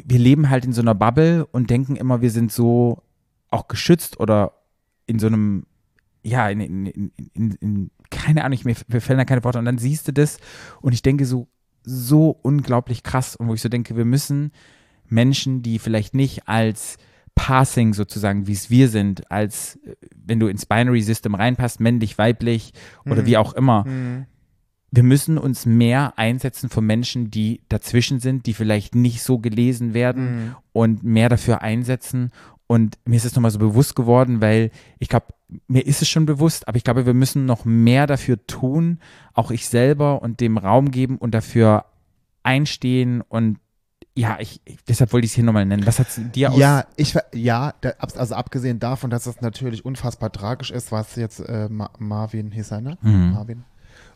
S1: wir leben halt in so einer Bubble und denken immer, wir sind so auch geschützt oder in so einem, ja, in, in, in, in, in keine Ahnung, ich, mir, mir fällen da keine Worte und dann siehst du das und ich denke so, so unglaublich krass und wo ich so denke, wir müssen Menschen, die vielleicht nicht als Passing sozusagen, wie es wir sind, als äh, wenn du ins Binary System reinpasst, männlich, weiblich oder
S2: Mhm.
S1: wie auch immer,
S2: Hm.
S1: wir müssen uns mehr einsetzen für Menschen, die dazwischen sind, die vielleicht nicht so gelesen werden
S2: Hm.
S1: und mehr dafür einsetzen. Und mir ist es nochmal so bewusst geworden, weil ich glaube, mir ist es schon bewusst, aber ich glaube, wir müssen noch mehr dafür tun, auch ich selber und dem Raum geben und dafür einstehen und ja, ich, ich deshalb wollte ich es hier nochmal nennen. Was hat dir aus?
S2: Ja, ich ver- ja, da, abs- also abgesehen davon, dass das natürlich unfassbar tragisch ist, was jetzt äh, Ma Marvin hieß er, ne?
S1: Mhm.
S2: Marvin.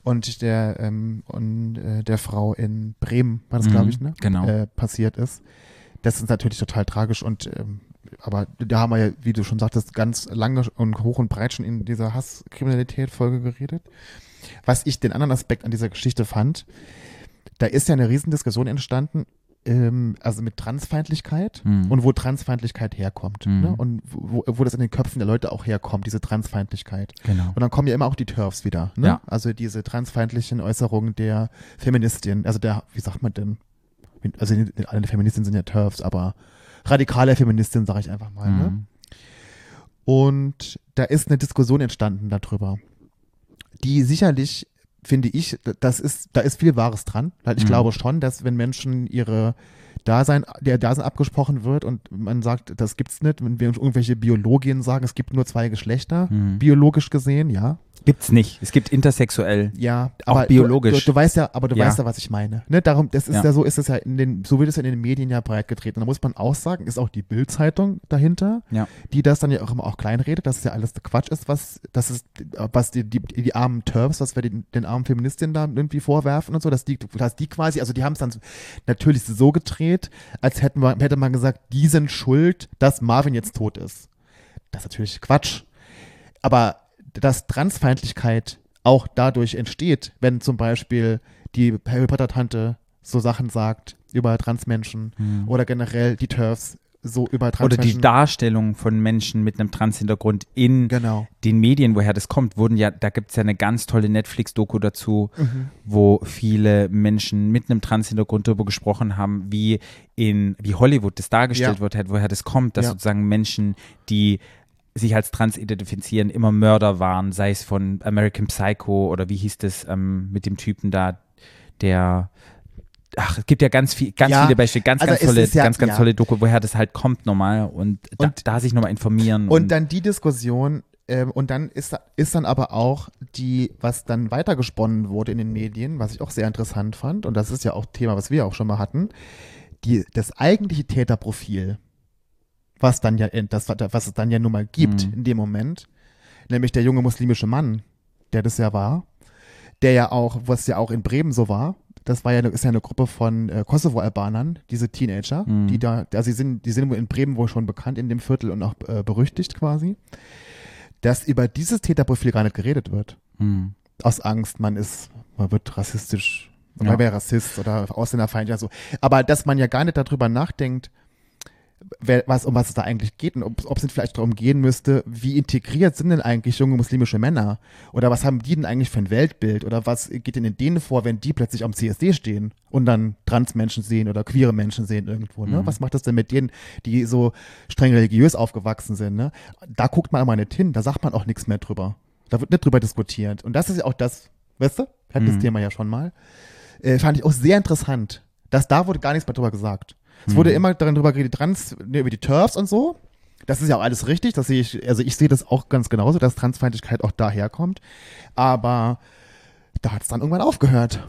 S2: Und der ähm, und äh, der Frau in Bremen war das,
S1: Mhm,
S2: glaube ich, ne?
S1: genau.
S2: Äh, passiert ist. Das ist natürlich total tragisch und ähm, aber da haben wir ja, wie du schon sagtest, ganz lange und hoch und breit schon in dieser Hasskriminalität-Folge geredet. Was ich den anderen Aspekt an dieser Geschichte fand, da ist ja eine Riesendiskussion entstanden, ähm, also mit Transfeindlichkeit
S1: Mhm.
S2: und wo Transfeindlichkeit herkommt.
S1: Mhm.
S2: Ne? Und wo, wo das in den Köpfen der Leute auch herkommt, diese Transfeindlichkeit.
S1: Genau.
S2: Und dann kommen ja immer auch die Turfs wieder. Ne?
S1: Ja.
S2: Also diese transfeindlichen Äußerungen der Feministin, also der, wie sagt man denn? Also nicht alle Feministinnen sind ja Turfs, aber radikale Feministinnen, sage ich einfach mal. Ne?
S1: Mhm.
S2: Und da ist eine Diskussion entstanden darüber, die sicherlich, finde ich, das ist, da ist viel Wahres dran, weil ich
S1: Mhm.
S2: glaube schon, dass wenn Menschen ihre Dasein, der Dasein abgesprochen wird und man sagt, das gibt's nicht, wenn wir irgendwelche Biologien sagen, es gibt nur zwei Geschlechter,
S1: Mhm.
S2: biologisch gesehen, ja,
S1: Gibt's nicht. Es gibt intersexuell.
S2: ja,
S1: Auch
S2: aber
S1: biologisch.
S2: Du, du, du weißt ja, aber du
S1: Ja.
S2: weißt ja, was ich meine. Ne? Darum, das ist
S1: Ja.
S2: ja. so, ist es ja in den, so wird es ja in den Medien ja breitgetreten. Da muss man auch sagen, ist auch die Bild-Zeitung dahinter,
S1: Ja.
S2: die das dann ja auch immer auch kleinredet, dass es ja alles Quatsch ist, was, das ist, was die, die, die armen Terms, was wir den, den armen Feministinnen da irgendwie vorwerfen und so, dass die, dass die quasi, also die haben es dann natürlich so gedreht, als hätten wir, hätte man gesagt, die sind schuld, dass Marvin jetzt tot ist. Das ist natürlich Quatsch. Aber dass Transfeindlichkeit auch dadurch entsteht, wenn zum Beispiel die Harry Potter-Tante so Sachen sagt über Transmenschen
S1: Mhm.
S2: oder generell die TERFs so über
S1: Oder die
S2: Transmenschen.
S1: Darstellung von Menschen mit einem Transhintergrund in
S2: genau.
S1: den Medien, woher das kommt, wurden ja, da gibt es ja eine ganz tolle Netflix-Doku dazu, wo viele Menschen mit einem Trans-Hintergrund darüber gesprochen haben, wie in, wie Hollywood das dargestellt
S2: Ja.
S1: wird, halt, woher das kommt, dass
S2: Ja.
S1: sozusagen Menschen, die sich als trans identifizieren, immer Mörder waren, sei es von American Psycho oder wie hieß das ähm, mit dem Typen da, der Ach, es gibt ja ganz, viel, ganz
S2: Ja,
S1: viele Beispiele, ganz,
S2: also
S1: ganz
S2: es
S1: tolle,
S2: ist ja-
S1: ganz, ganz
S2: ja.
S1: tolle Doku, woher das halt kommt nochmal und, da,
S2: Und-
S1: da sich nochmal informieren.
S2: Und dann die Diskussion, ähm, und dann ist, da- ist dann aber auch die, was dann weitergesponnen wurde in den Medien, was ich auch sehr interessant fand, und das ist ja auch Thema, was wir auch schon mal hatten, die, das eigentliche Täterprofil, was dann ja, das, was es dann ja nun mal gibt
S1: Mhm.
S2: in dem Moment, nämlich der junge muslimische Mann, der das ja war, der ja auch, was ja auch in Bremen so war, das war ja, ist ja eine Gruppe von äh, Kosovo-Albanern, diese Teenager,
S1: Mhm.
S2: die da, also sie sind, die sind wohl in Bremen wohl schon bekannt in dem Viertel und auch äh, berüchtigt quasi, dass über dieses Täterprofil gar nicht geredet wird.
S1: Hm.
S2: Aus Angst, man ist, man wird rassistisch Und man
S1: Ja.
S2: wäre Rassist oder Ausländerfeind ja so. Aber dass man ja gar nicht darüber nachdenkt, wer, was, um was es da eigentlich geht und ob ob es nicht vielleicht darum gehen müsste, wie integriert sind denn eigentlich junge muslimische Männer? Oder was haben die denn eigentlich für ein Weltbild? Oder was geht denn in denen vor, wenn die plötzlich am CSD stehen und dann Transmenschen sehen oder queere Menschen sehen irgendwo? Ne? Was macht das denn mit denen, die so streng religiös aufgewachsen sind? Ne? Da guckt man aber nicht hin, da sagt man auch nichts mehr drüber. Da wird nicht drüber diskutiert. Und das ist ja auch das, weißt du? Wir hatten das Thema ja schon mal äh, fand ich auch sehr interessant, dass da wurde gar nichts mehr drüber gesagt. Es wurde immer darin drüber geredet, trans, ne, über die Turfs und so. Das ist ja auch alles richtig, das sehe ich, also ich sehe das auch ganz genauso, dass Transfeindlichkeit auch daherkommt. Aber da hat es dann irgendwann aufgehört.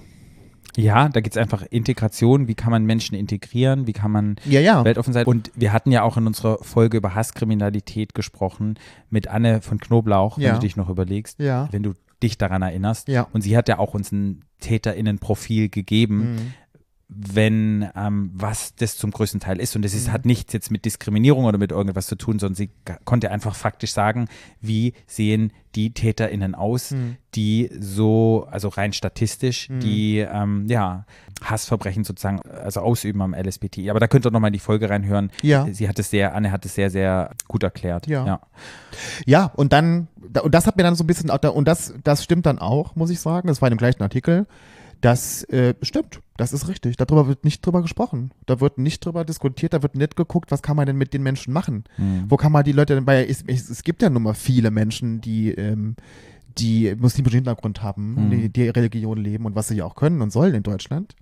S1: Ja, da geht's einfach Integration. Wie kann man Menschen integrieren? Wie kann man
S2: Ja, ja.
S1: weltoffen sein? Ah. Und wir hatten ja auch in unserer Folge über Hasskriminalität gesprochen mit Anne von Knoblauch, wenn
S2: Ja.
S1: du dich noch überlegst,
S2: Ja.
S1: wenn du dich daran erinnerst.
S2: Ja. Mhm.
S1: Und sie hat ja auch uns ein Täterinnenprofil gegeben,
S2: Ähm,
S1: wenn ähm, was das zum größten Teil ist. Und das
S2: Mhm.
S1: ist, hat nichts jetzt mit Diskriminierung oder mit irgendwas zu tun, sondern sie ga- konnte einfach faktisch sagen, wie sehen die TäterInnen aus,
S2: Mhm.
S1: die so, also rein statistisch, die ähm, ja, Hassverbrechen sozusagen also ausüben am LSBTI. Aber da könnt ihr nochmal in die Folge reinhören.
S2: Ja.
S1: Sie hat es sehr, Anne hat es sehr, sehr gut erklärt.
S2: Ja.
S1: ja.
S2: Ja, und dann, da- und das hat mir dann so ein bisschen, auch da- und das, das stimmt dann auch, muss ich sagen, das war in dem gleichen Artikel, das äh, stimmt, das ist richtig, darüber wird nicht drüber gesprochen, da wird nicht drüber diskutiert, da wird nicht geguckt, was kann man denn mit den Menschen machen,
S1: Mhm.
S2: wo kann man die Leute denn, weil es, es, es gibt ja nun mal viele Menschen, die, ähm, die muslimischen Hintergrund haben,
S1: Mhm.
S2: die, die Religion leben und was sie ja auch können und sollen in Deutschland,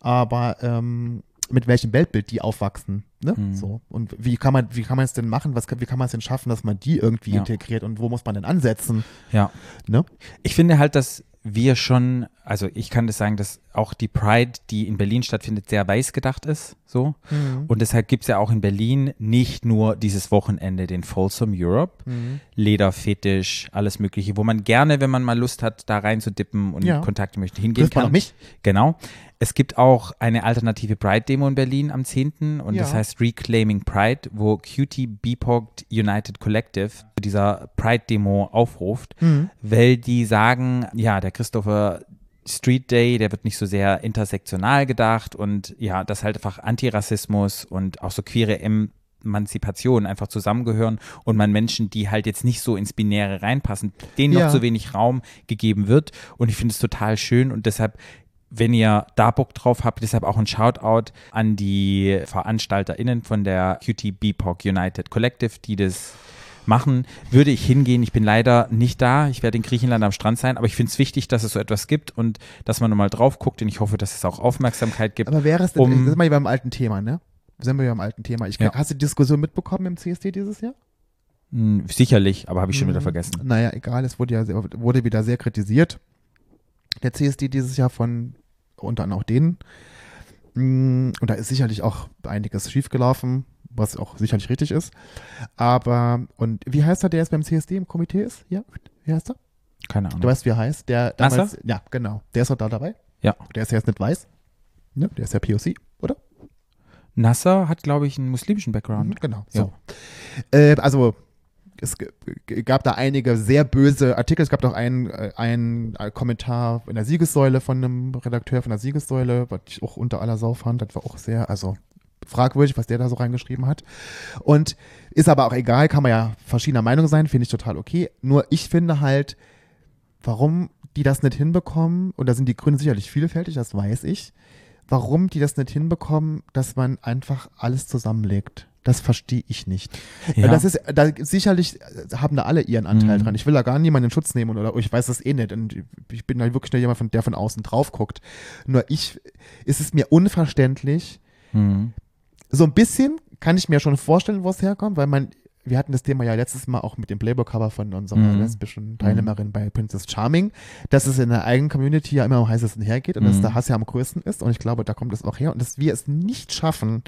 S2: aber ähm, mit welchem Weltbild die aufwachsen, ne?
S1: Mhm.
S2: So und wie kann man wie kann man es denn machen? Was kann, wie kann man es denn schaffen, dass man die irgendwie
S1: Ja.
S2: integriert und wo muss man denn ansetzen?
S1: ja.
S2: Ne?
S1: Ich finde halt, dass wir schon, also ich kann das sagen, dass auch die Pride, die in Berlin stattfindet, sehr weiß gedacht ist. So.
S2: Mhm.
S1: Und deshalb gibt es ja auch in Berlin nicht nur dieses Wochenende den Folsom Europe,
S2: Mhm.
S1: Lederfetisch, alles Mögliche, wo man gerne, wenn man mal Lust hat, da reinzudippen und
S2: Ja.
S1: Kontakte möchte, hingehen
S2: Trifft man
S1: kann.
S2: auch mich?
S1: Genau. Es gibt auch eine alternative Pride-Demo in Berlin am 10. und
S2: Ja.
S1: das heißt Reclaiming Pride, wo Cutie BIPOC United Collective zu dieser Pride-Demo aufruft, weil die sagen, ja, der Christopher Street Day, der wird nicht so sehr intersektional gedacht und ja, dass halt einfach Antirassismus und auch so queere Emanzipation einfach zusammengehören und man Menschen, die halt jetzt nicht so ins Binäre reinpassen, denen
S2: Ja.
S1: noch zu wenig Raum gegeben wird. Und ich finde es total schön und deshalb, wenn ihr da Bock drauf habt, deshalb auch ein Shoutout an die VeranstalterInnen von der QT BIPOC United Collective, die das machen, würde ich hingehen. Ich bin leider nicht da. Ich werde in Griechenland am Strand sein, aber ich finde es wichtig, dass es so etwas gibt und dass man nochmal drauf guckt und ich hoffe, dass es auch Aufmerksamkeit gibt.
S2: Aber wäre es denn
S1: Um-
S2: um, sind wir ja beim alten Thema, ne? Sind wir ja beim alten Thema. Ich,
S1: Ja.
S2: Hast du die Diskussion mitbekommen im CSD dieses Jahr?
S1: Hm, sicherlich, aber habe ich schon wieder vergessen.
S2: Mhm. Naja, egal, es wurde ja sehr, wurde wieder sehr kritisiert. Der CSD dieses Jahr von unter anderem auch denen. Mm, Und da ist sicherlich auch einiges schiefgelaufen, was auch sicherlich richtig ist. Aber, und wie heißt er, der jetzt beim CSD im Komitee ist? Ja, wie heißt er?
S1: Keine
S2: Du
S1: Ahnung.
S2: weißt, wie er heißt. Der
S1: Nasser?
S2: damals, ja, genau. Der ist doch da dabei.
S1: Ja.
S2: Der ist ja jetzt nicht weiß. Ne? Der ist ja POC, oder?
S1: Nasser hat, glaube ich, einen muslimischen Background.
S2: Mhm, genau.
S1: Ja.
S2: So. Äh, also es g- g- gab da einige sehr böse Artikel. Es gab doch einen, äh, einen äh, Kommentar in der Siegessäule von einem Redakteur von der Siegessäule, was ich auch unter aller Sau fand. Das war auch sehr, also fragwürdig, was der da so reingeschrieben hat. Und ist aber auch egal, kann man ja verschiedener Meinung sein, finde ich total okay. Nur ich finde halt, warum die das nicht hinbekommen, und da sind die Gründe sicherlich vielfältig, das weiß ich, warum die das nicht hinbekommen, dass man einfach alles zusammenlegt. Das verstehe ich nicht.
S1: Ja.
S2: Mhm. Das ist, da sicherlich haben da alle ihren Anteil dran. Ich will da gar niemanden in Schutz nehmen oder ich weiß das eh nicht. Und ich bin da wirklich nur jemand, von, der von außen drauf guckt. Nur ich, ist es mir unverständlich,
S1: Mhm.
S2: so ein bisschen kann ich mir schon vorstellen, wo es herkommt, weil man, wir hatten das Thema ja letztes Mal auch mit dem Playboy-Cover von unserer
S1: Mhm.
S2: lesbischen Teilnehmerin bei Princess Charming, dass es in der eigenen Community ja immer am heißesten hergeht und dass
S1: Mhm.
S2: der Hass ja am größten ist und ich glaube, da kommt es auch her und dass wir es nicht schaffen,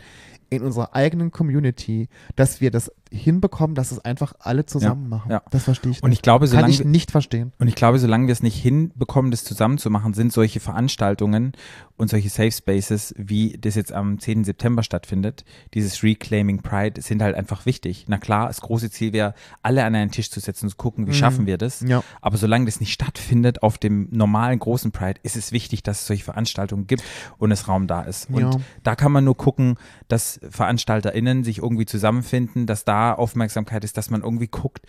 S2: in unserer eigenen Community, dass wir das hinbekommen, dass es einfach alle zusammen machen.
S1: ja.
S2: Das verstehe ich
S1: Und
S2: nicht.
S1: ich glaube,
S2: Kann
S1: solange
S2: ich nicht verstehen.
S1: Und ich glaube, solange wir es nicht hinbekommen, das zusammenzumachen, sind solche Veranstaltungen und solche Safe Spaces, wie das jetzt am 10. September stattfindet, dieses Reclaiming Pride, sind halt einfach wichtig. Na klar, das große Ziel wäre, alle an einen Tisch zu setzen und zu gucken, wie schaffen wir das.
S2: Ja.
S1: Aber solange das nicht stattfindet auf dem normalen großen Pride, ist es wichtig, dass es solche Veranstaltungen gibt und es Raum da ist. Und
S2: Ja.
S1: da kann man nur gucken, dass VeranstalterInnen sich irgendwie zusammenfinden, dass da Aufmerksamkeit ist, dass man irgendwie guckt,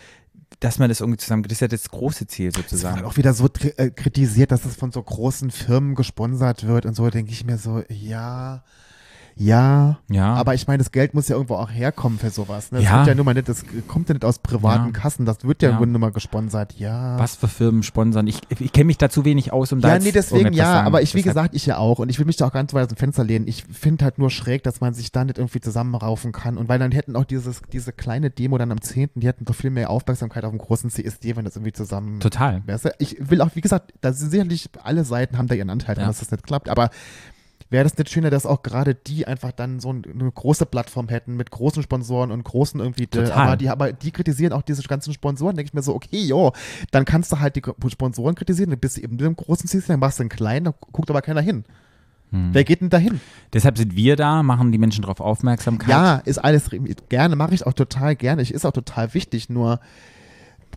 S1: dass man das irgendwie zusammen, das ist ja das große Ziel
S2: Das
S1: sozusagen.
S2: wird auch wieder so tri- äh, kritisiert, dass das von so großen Firmen gesponsert wird und so, denke ich mir so, ja, ja.
S1: Ja.
S2: Aber ich meine, das Geld muss ja irgendwo auch herkommen für sowas. Ne? Das,
S1: Ja.
S2: wird ja nun mal nicht, das kommt ja nicht aus privaten
S1: Ja.
S2: Kassen, das wird ja,
S1: Ja.
S2: ja. nur mal gesponsert, ja.
S1: Was für Firmen sponsern? Ich, ich kenne mich da zu wenig aus, um da
S2: Ja,
S1: jetzt halt
S2: nee, deswegen
S1: irgendetwas
S2: ja,
S1: sagen.
S2: aber ich, wie
S1: Deshalb-
S2: gesagt, ich ja auch und ich will mich da auch ganz weit aus dem Fenster lehnen. Ich finde halt nur schräg, dass man sich da nicht irgendwie zusammenraufen kann und weil dann hätten auch dieses, diese kleine Demo dann am 10., die hätten doch viel mehr Aufmerksamkeit auf dem großen CSD, wenn das irgendwie zusammen...
S1: Total.
S2: Weißt du, ich will auch, wie gesagt, da sind sicherlich alle Seiten haben da ihren Anteil, dran,
S1: Ja.
S2: dass das nicht klappt, aber wäre das nicht schöner, dass auch gerade die einfach dann so ein, eine große Plattform hätten mit großen Sponsoren und großen irgendwie,
S1: Total.
S2: aber die aber die kritisieren auch diese ganzen Sponsoren, denke ich mir so, okay, jo, dann kannst du halt die Sponsoren kritisieren, dann bist du eben mit dem großen Ziel, dann machst du einen kleinen, da guckt aber keiner hin.
S1: Hm.
S2: Wer geht denn da hin?
S1: Deshalb sind wir da, machen die Menschen darauf Aufmerksamkeit.
S2: Ja, ist alles re- gerne, mache ich auch total gerne. Ich ist auch total wichtig, nur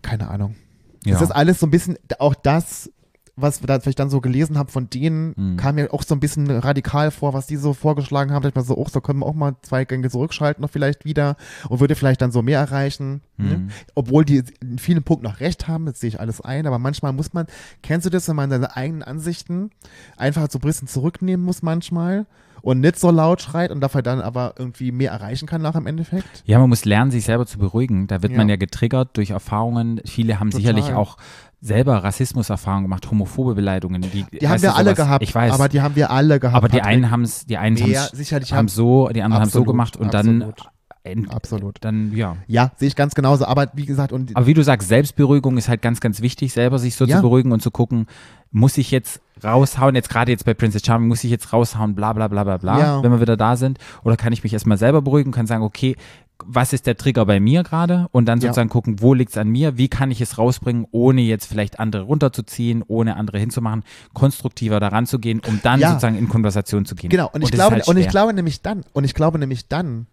S2: keine Ahnung.
S1: Ja.
S2: Das ist alles so ein bisschen, auch das, was, wir da, was ich dann so gelesen habe von denen,
S1: Hm.
S2: kam mir auch so ein bisschen radikal vor, was die so vorgeschlagen haben. Da dachte ich mir so, oh, so können wir auch mal zwei Gänge zurückschalten, noch vielleicht wieder und würde vielleicht dann so mehr erreichen. Ne?
S1: Hm.
S2: Obwohl die in vielen Punkten noch recht haben, das sehe ich alles ein, aber manchmal muss man, kennst du das, wenn man seine eigenen Ansichten einfach so ein bisschen zurücknehmen muss manchmal und nicht so laut schreit und dafür dann aber irgendwie mehr erreichen kann nach im Endeffekt?
S1: Ja, man muss lernen, sich selber zu beruhigen. Da wird
S2: Ja.
S1: man ja getriggert durch Erfahrungen. Viele haben
S2: Total.
S1: sicherlich auch selber Rassismuserfahrungen gemacht, homophobe Beleidigungen. Die,
S2: Die haben
S1: weißt
S2: wir
S1: du,
S2: alle
S1: sowas.
S2: gehabt,
S1: Ich weiß.
S2: aber die haben wir alle gehabt.
S1: Aber die
S2: Patrick.
S1: einen haben es, die einen
S2: Ja,
S1: haben's-
S2: sicherlich
S1: haben
S2: haben-
S1: so, die anderen haben so
S2: Absolut,
S1: gemacht und
S2: absolut.
S1: dann, äh,
S2: Absolut.
S1: dann ja.
S2: Ja, sehe ich ganz genauso. Aber wie gesagt, und
S1: Aber wie du sagst, Selbstberuhigung ist halt ganz, ganz wichtig, selber sich so
S2: Ja.
S1: zu beruhigen und zu gucken, muss ich jetzt raushauen, jetzt gerade jetzt bei Princess Charming, muss ich jetzt raushauen, bla bla bla bla bla,
S2: Ja.
S1: wenn wir wieder da sind? Oder kann ich mich erstmal selber beruhigen, kann sagen, okay, was ist der Trigger bei mir gerade? Und dann
S2: Ja.
S1: sozusagen gucken, wo liegt es an mir, wie kann ich es rausbringen, ohne jetzt vielleicht andere runterzuziehen, ohne andere hinzumachen, konstruktiver daran zu gehen, um dann
S2: Ja.
S1: sozusagen in Konversation zu gehen.
S2: genau, und, ich
S1: das ist
S2: glaube,
S1: halt
S2: und ich
S1: schwer.
S2: glaube nämlich dann, und ich glaube nämlich dann,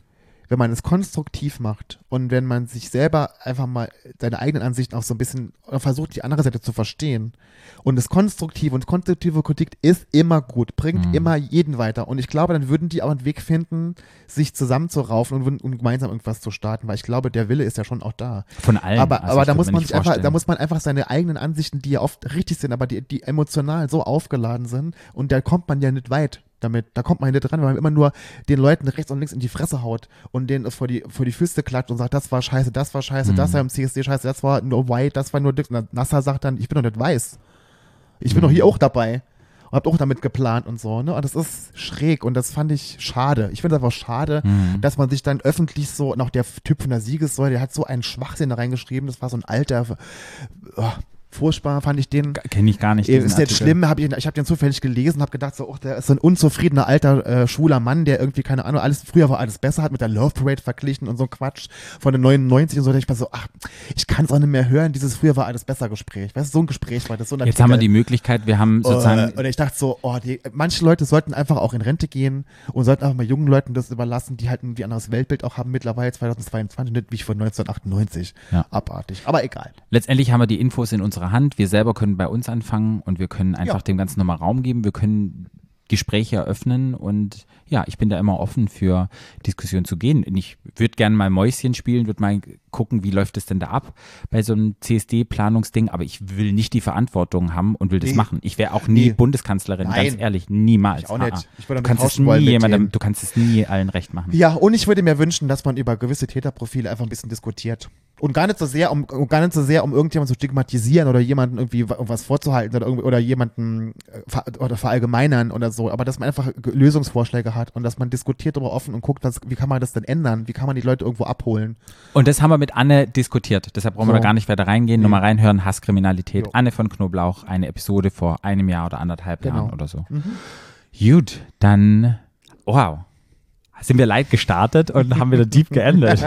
S2: wenn man es konstruktiv macht und wenn man sich selber einfach mal seine eigenen Ansichten auch so ein bisschen oder versucht, die andere Seite zu verstehen. Und das konstruktive und konstruktive Kritik ist immer gut, bringt
S1: Mhm.
S2: immer jeden weiter. Und ich glaube, dann würden die auch einen Weg finden, sich zusammenzuraufen und, würden- und gemeinsam irgendwas zu starten, weil ich glaube, der Wille ist ja schon auch da.
S1: von allen.
S2: Aber,
S1: also
S2: aber
S1: ich
S2: da
S1: kann
S2: muss
S1: mir
S2: man
S1: nicht
S2: sich einfach, da
S1: vorstellen.
S2: muss man einfach seine eigenen Ansichten, die ja oft richtig sind, aber die, die emotional so aufgeladen sind und da kommt man ja nicht weit damit. Da kommt man ja nicht dran, weil man immer nur den Leuten rechts und links in die Fresse haut und denen vor die, vor die Füße klatscht und sagt, das war scheiße, das war scheiße,
S1: Mhm.
S2: das war im CSD scheiße, das war no white, das war nur dick. Und dann Nasser sagt dann, ich bin doch nicht weiß. Ich bin doch
S1: Mhm.
S2: hier auch dabei. Und hab auch damit geplant und so, ne? Und das ist schräg und das fand ich schade. Ich finde es einfach schade,
S1: Mhm.
S2: dass man sich dann öffentlich so, und auch der Typ von der Siegessäule, der hat so einen Schwachsinn da reingeschrieben, das war so ein alter, oh, furchtbar fand ich den. Äh,
S1: Kenne ich gar nicht.
S2: Ist
S1: diesen
S2: jetzt
S1: Artikel.
S2: schlimm, hab ich, ich habe den zufällig gelesen, habe gedacht, so, oh, der ist so ein unzufriedener alter äh, schwuler Mann, der irgendwie keine Ahnung, alles früher war alles besser, hat mit der Love Parade verglichen und so ein Quatsch von den 99 und so. Da dachte ich mir so, ach, ich kann es auch nicht mehr hören, dieses früher war alles besser Gespräch. Weißt du, so ein Gespräch war das so ein
S1: Jetzt haben wir
S2: Artikel.
S1: die Möglichkeit, wir haben sozusagen
S2: Äh, Und ich dachte so, oh, die, manche Leute sollten einfach auch in Rente gehen und sollten einfach mal jungen Leuten das überlassen, die halt irgendwie ein anderes Weltbild auch haben mittlerweile 2022, nicht wie von 1998.
S1: Ja.
S2: Abartig. Aber egal.
S1: Letztendlich haben wir die Infos in unserer Hand. Wir selber können bei uns anfangen und wir können einfach
S2: Ja.
S1: dem Ganzen nochmal Raum geben. Wir können Gespräche eröffnen und ja, ich bin da immer offen für Diskussionen zu gehen. Und Ich würde gerne mal Mäuschen spielen, würde mal gucken, wie läuft es denn da ab bei so einem CSD-Planungsding, aber ich will nicht die Verantwortung haben und will das
S2: Nee.
S1: machen. Ich wäre auch nie
S2: Nee.
S1: Bundeskanzlerin, ganz
S2: Nein.
S1: ehrlich, niemals.
S2: Ich auch
S1: Ah,
S2: nicht.
S1: ah.
S2: Ich
S1: du
S2: würde damit
S1: kannst es
S2: tauschen wollen
S1: nie
S2: mit
S1: jemandem,
S2: denen.
S1: du kannst es nie allen recht machen.
S2: Ja, und ich würde mir wünschen, dass man über gewisse Täterprofile einfach ein bisschen diskutiert. Und gar nicht so sehr, um und gar nicht so sehr, um irgendjemanden zu stigmatisieren oder jemanden irgendwie wa- irgendwas vorzuhalten oder, irgendwie, oder jemanden äh, ver oder verallgemeinern oder so, aber dass man einfach ge- Lösungsvorschläge hat und dass man diskutiert darüber offen und guckt, was, wie kann man das denn ändern, wie kann man die Leute irgendwo abholen.
S1: Und das haben wir mit Anne diskutiert. Deshalb brauchen wir
S2: So. Mhm.
S1: da gar nicht weiter reingehen. Nochmal reinhören, Hasskriminalität.
S2: Jo.
S1: Anne von Knoblauch, eine Episode vor
S2: Mhm.
S1: einem Jahr oder anderthalb
S2: Genau.
S1: Jahren oder so. Gut, dann, wow. sind wir light gestartet und haben wieder deep geendet.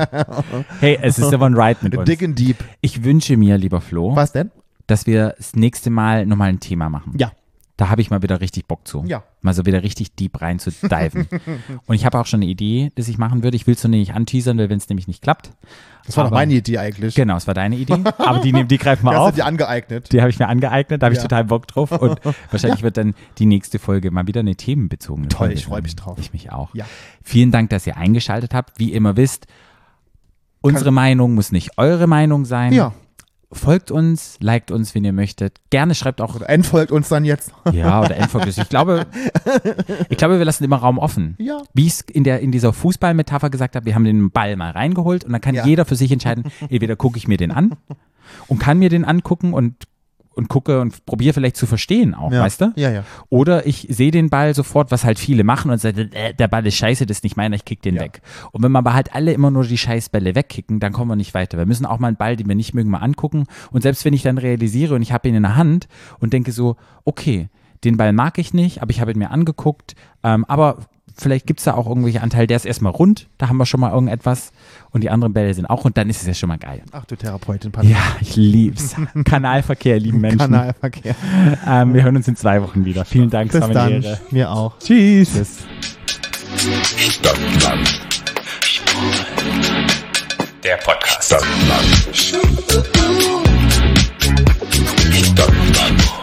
S1: Hey, es ist aber ein Ride mit uns.
S2: Dick and deep.
S1: Ich wünsche mir, lieber Flo,
S2: Was denn?
S1: dass wir das nächste Mal nochmal ein Thema machen.
S2: Ja.
S1: Da habe ich mal wieder richtig Bock zu.
S2: Ja.
S1: Mal so wieder richtig deep rein zu diven. und ich habe auch schon eine Idee, dass ich machen würde. Ich will es nur nicht anteasern, weil wenn es nämlich nicht klappt.
S2: Das war doch
S1: Aber-
S2: meine Idee eigentlich.
S1: Genau, es war deine Idee. Aber die, nehmen- die greifen wir
S2: Hast
S1: auf.
S2: du dir angeeignet?
S1: Die habe ich mir angeeignet, da habe ich
S2: Ja.
S1: total Bock drauf. Und wahrscheinlich wird dann die nächste Folge mal wieder eine themenbezogene
S2: Toll,
S1: Folge
S2: ich freu
S1: sein.
S2: mich drauf.
S1: Ich mich auch.
S2: Ja.
S1: Vielen Dank, dass ihr eingeschaltet habt. Wie immer wisst, unsere Meinung muss nicht eure Meinung sein.
S2: Ja.
S1: Folgt uns, liked uns, wenn ihr möchtet. Gerne schreibt auch.
S2: Entfolgt uns dann jetzt.
S1: Ja, oder entfolgt uns. Ich glaube, ich glaube, wir lassen immer Raum offen.
S2: Ja.
S1: Wie ich es in, der, in dieser Fußballmetapher gesagt habe, wir haben den Ball mal reingeholt und dann kann
S2: Ja.
S1: jeder für sich entscheiden, entweder gucke ich mir den an und kann mir den angucken und, und gucke und probiere vielleicht zu verstehen auch,
S2: Ja.
S1: weißt du?
S2: Ja, ja.
S1: Oder ich sehe den Ball sofort, was halt viele machen und sagen, äh, der Ball ist scheiße, das ist nicht meiner, ich kick den
S2: Ja.
S1: weg. Und wenn wir aber halt alle immer nur die Scheißbälle wegkicken, dann kommen wir nicht weiter. Wir müssen auch mal einen Ball, den wir nicht mögen, mal angucken. Und selbst wenn ich dann realisiere und ich habe ihn in der Hand und denke so, okay, den Ball mag ich nicht, aber ich habe ihn mir angeguckt, ähm, aber vielleicht gibt es da auch irgendwelche Anteile, der ist erstmal rund, da haben wir schon mal irgendetwas und die anderen Bälle sind auch rund, dann ist es ja schon mal geil.
S2: Ach du Therapeutin,
S1: Ja, ich lieb's. Kanalverkehr, lieben Menschen.
S2: Kanalverkehr.
S1: Ähm, wir hören uns in zwei Wochen wieder. Vielen Dank, es
S2: Bis
S1: war mir eine
S2: dann.
S1: Ehre.
S2: Mir auch.
S1: Tschüss.
S3: Stadtland. Der Podcast. Stadtland. Stadtland.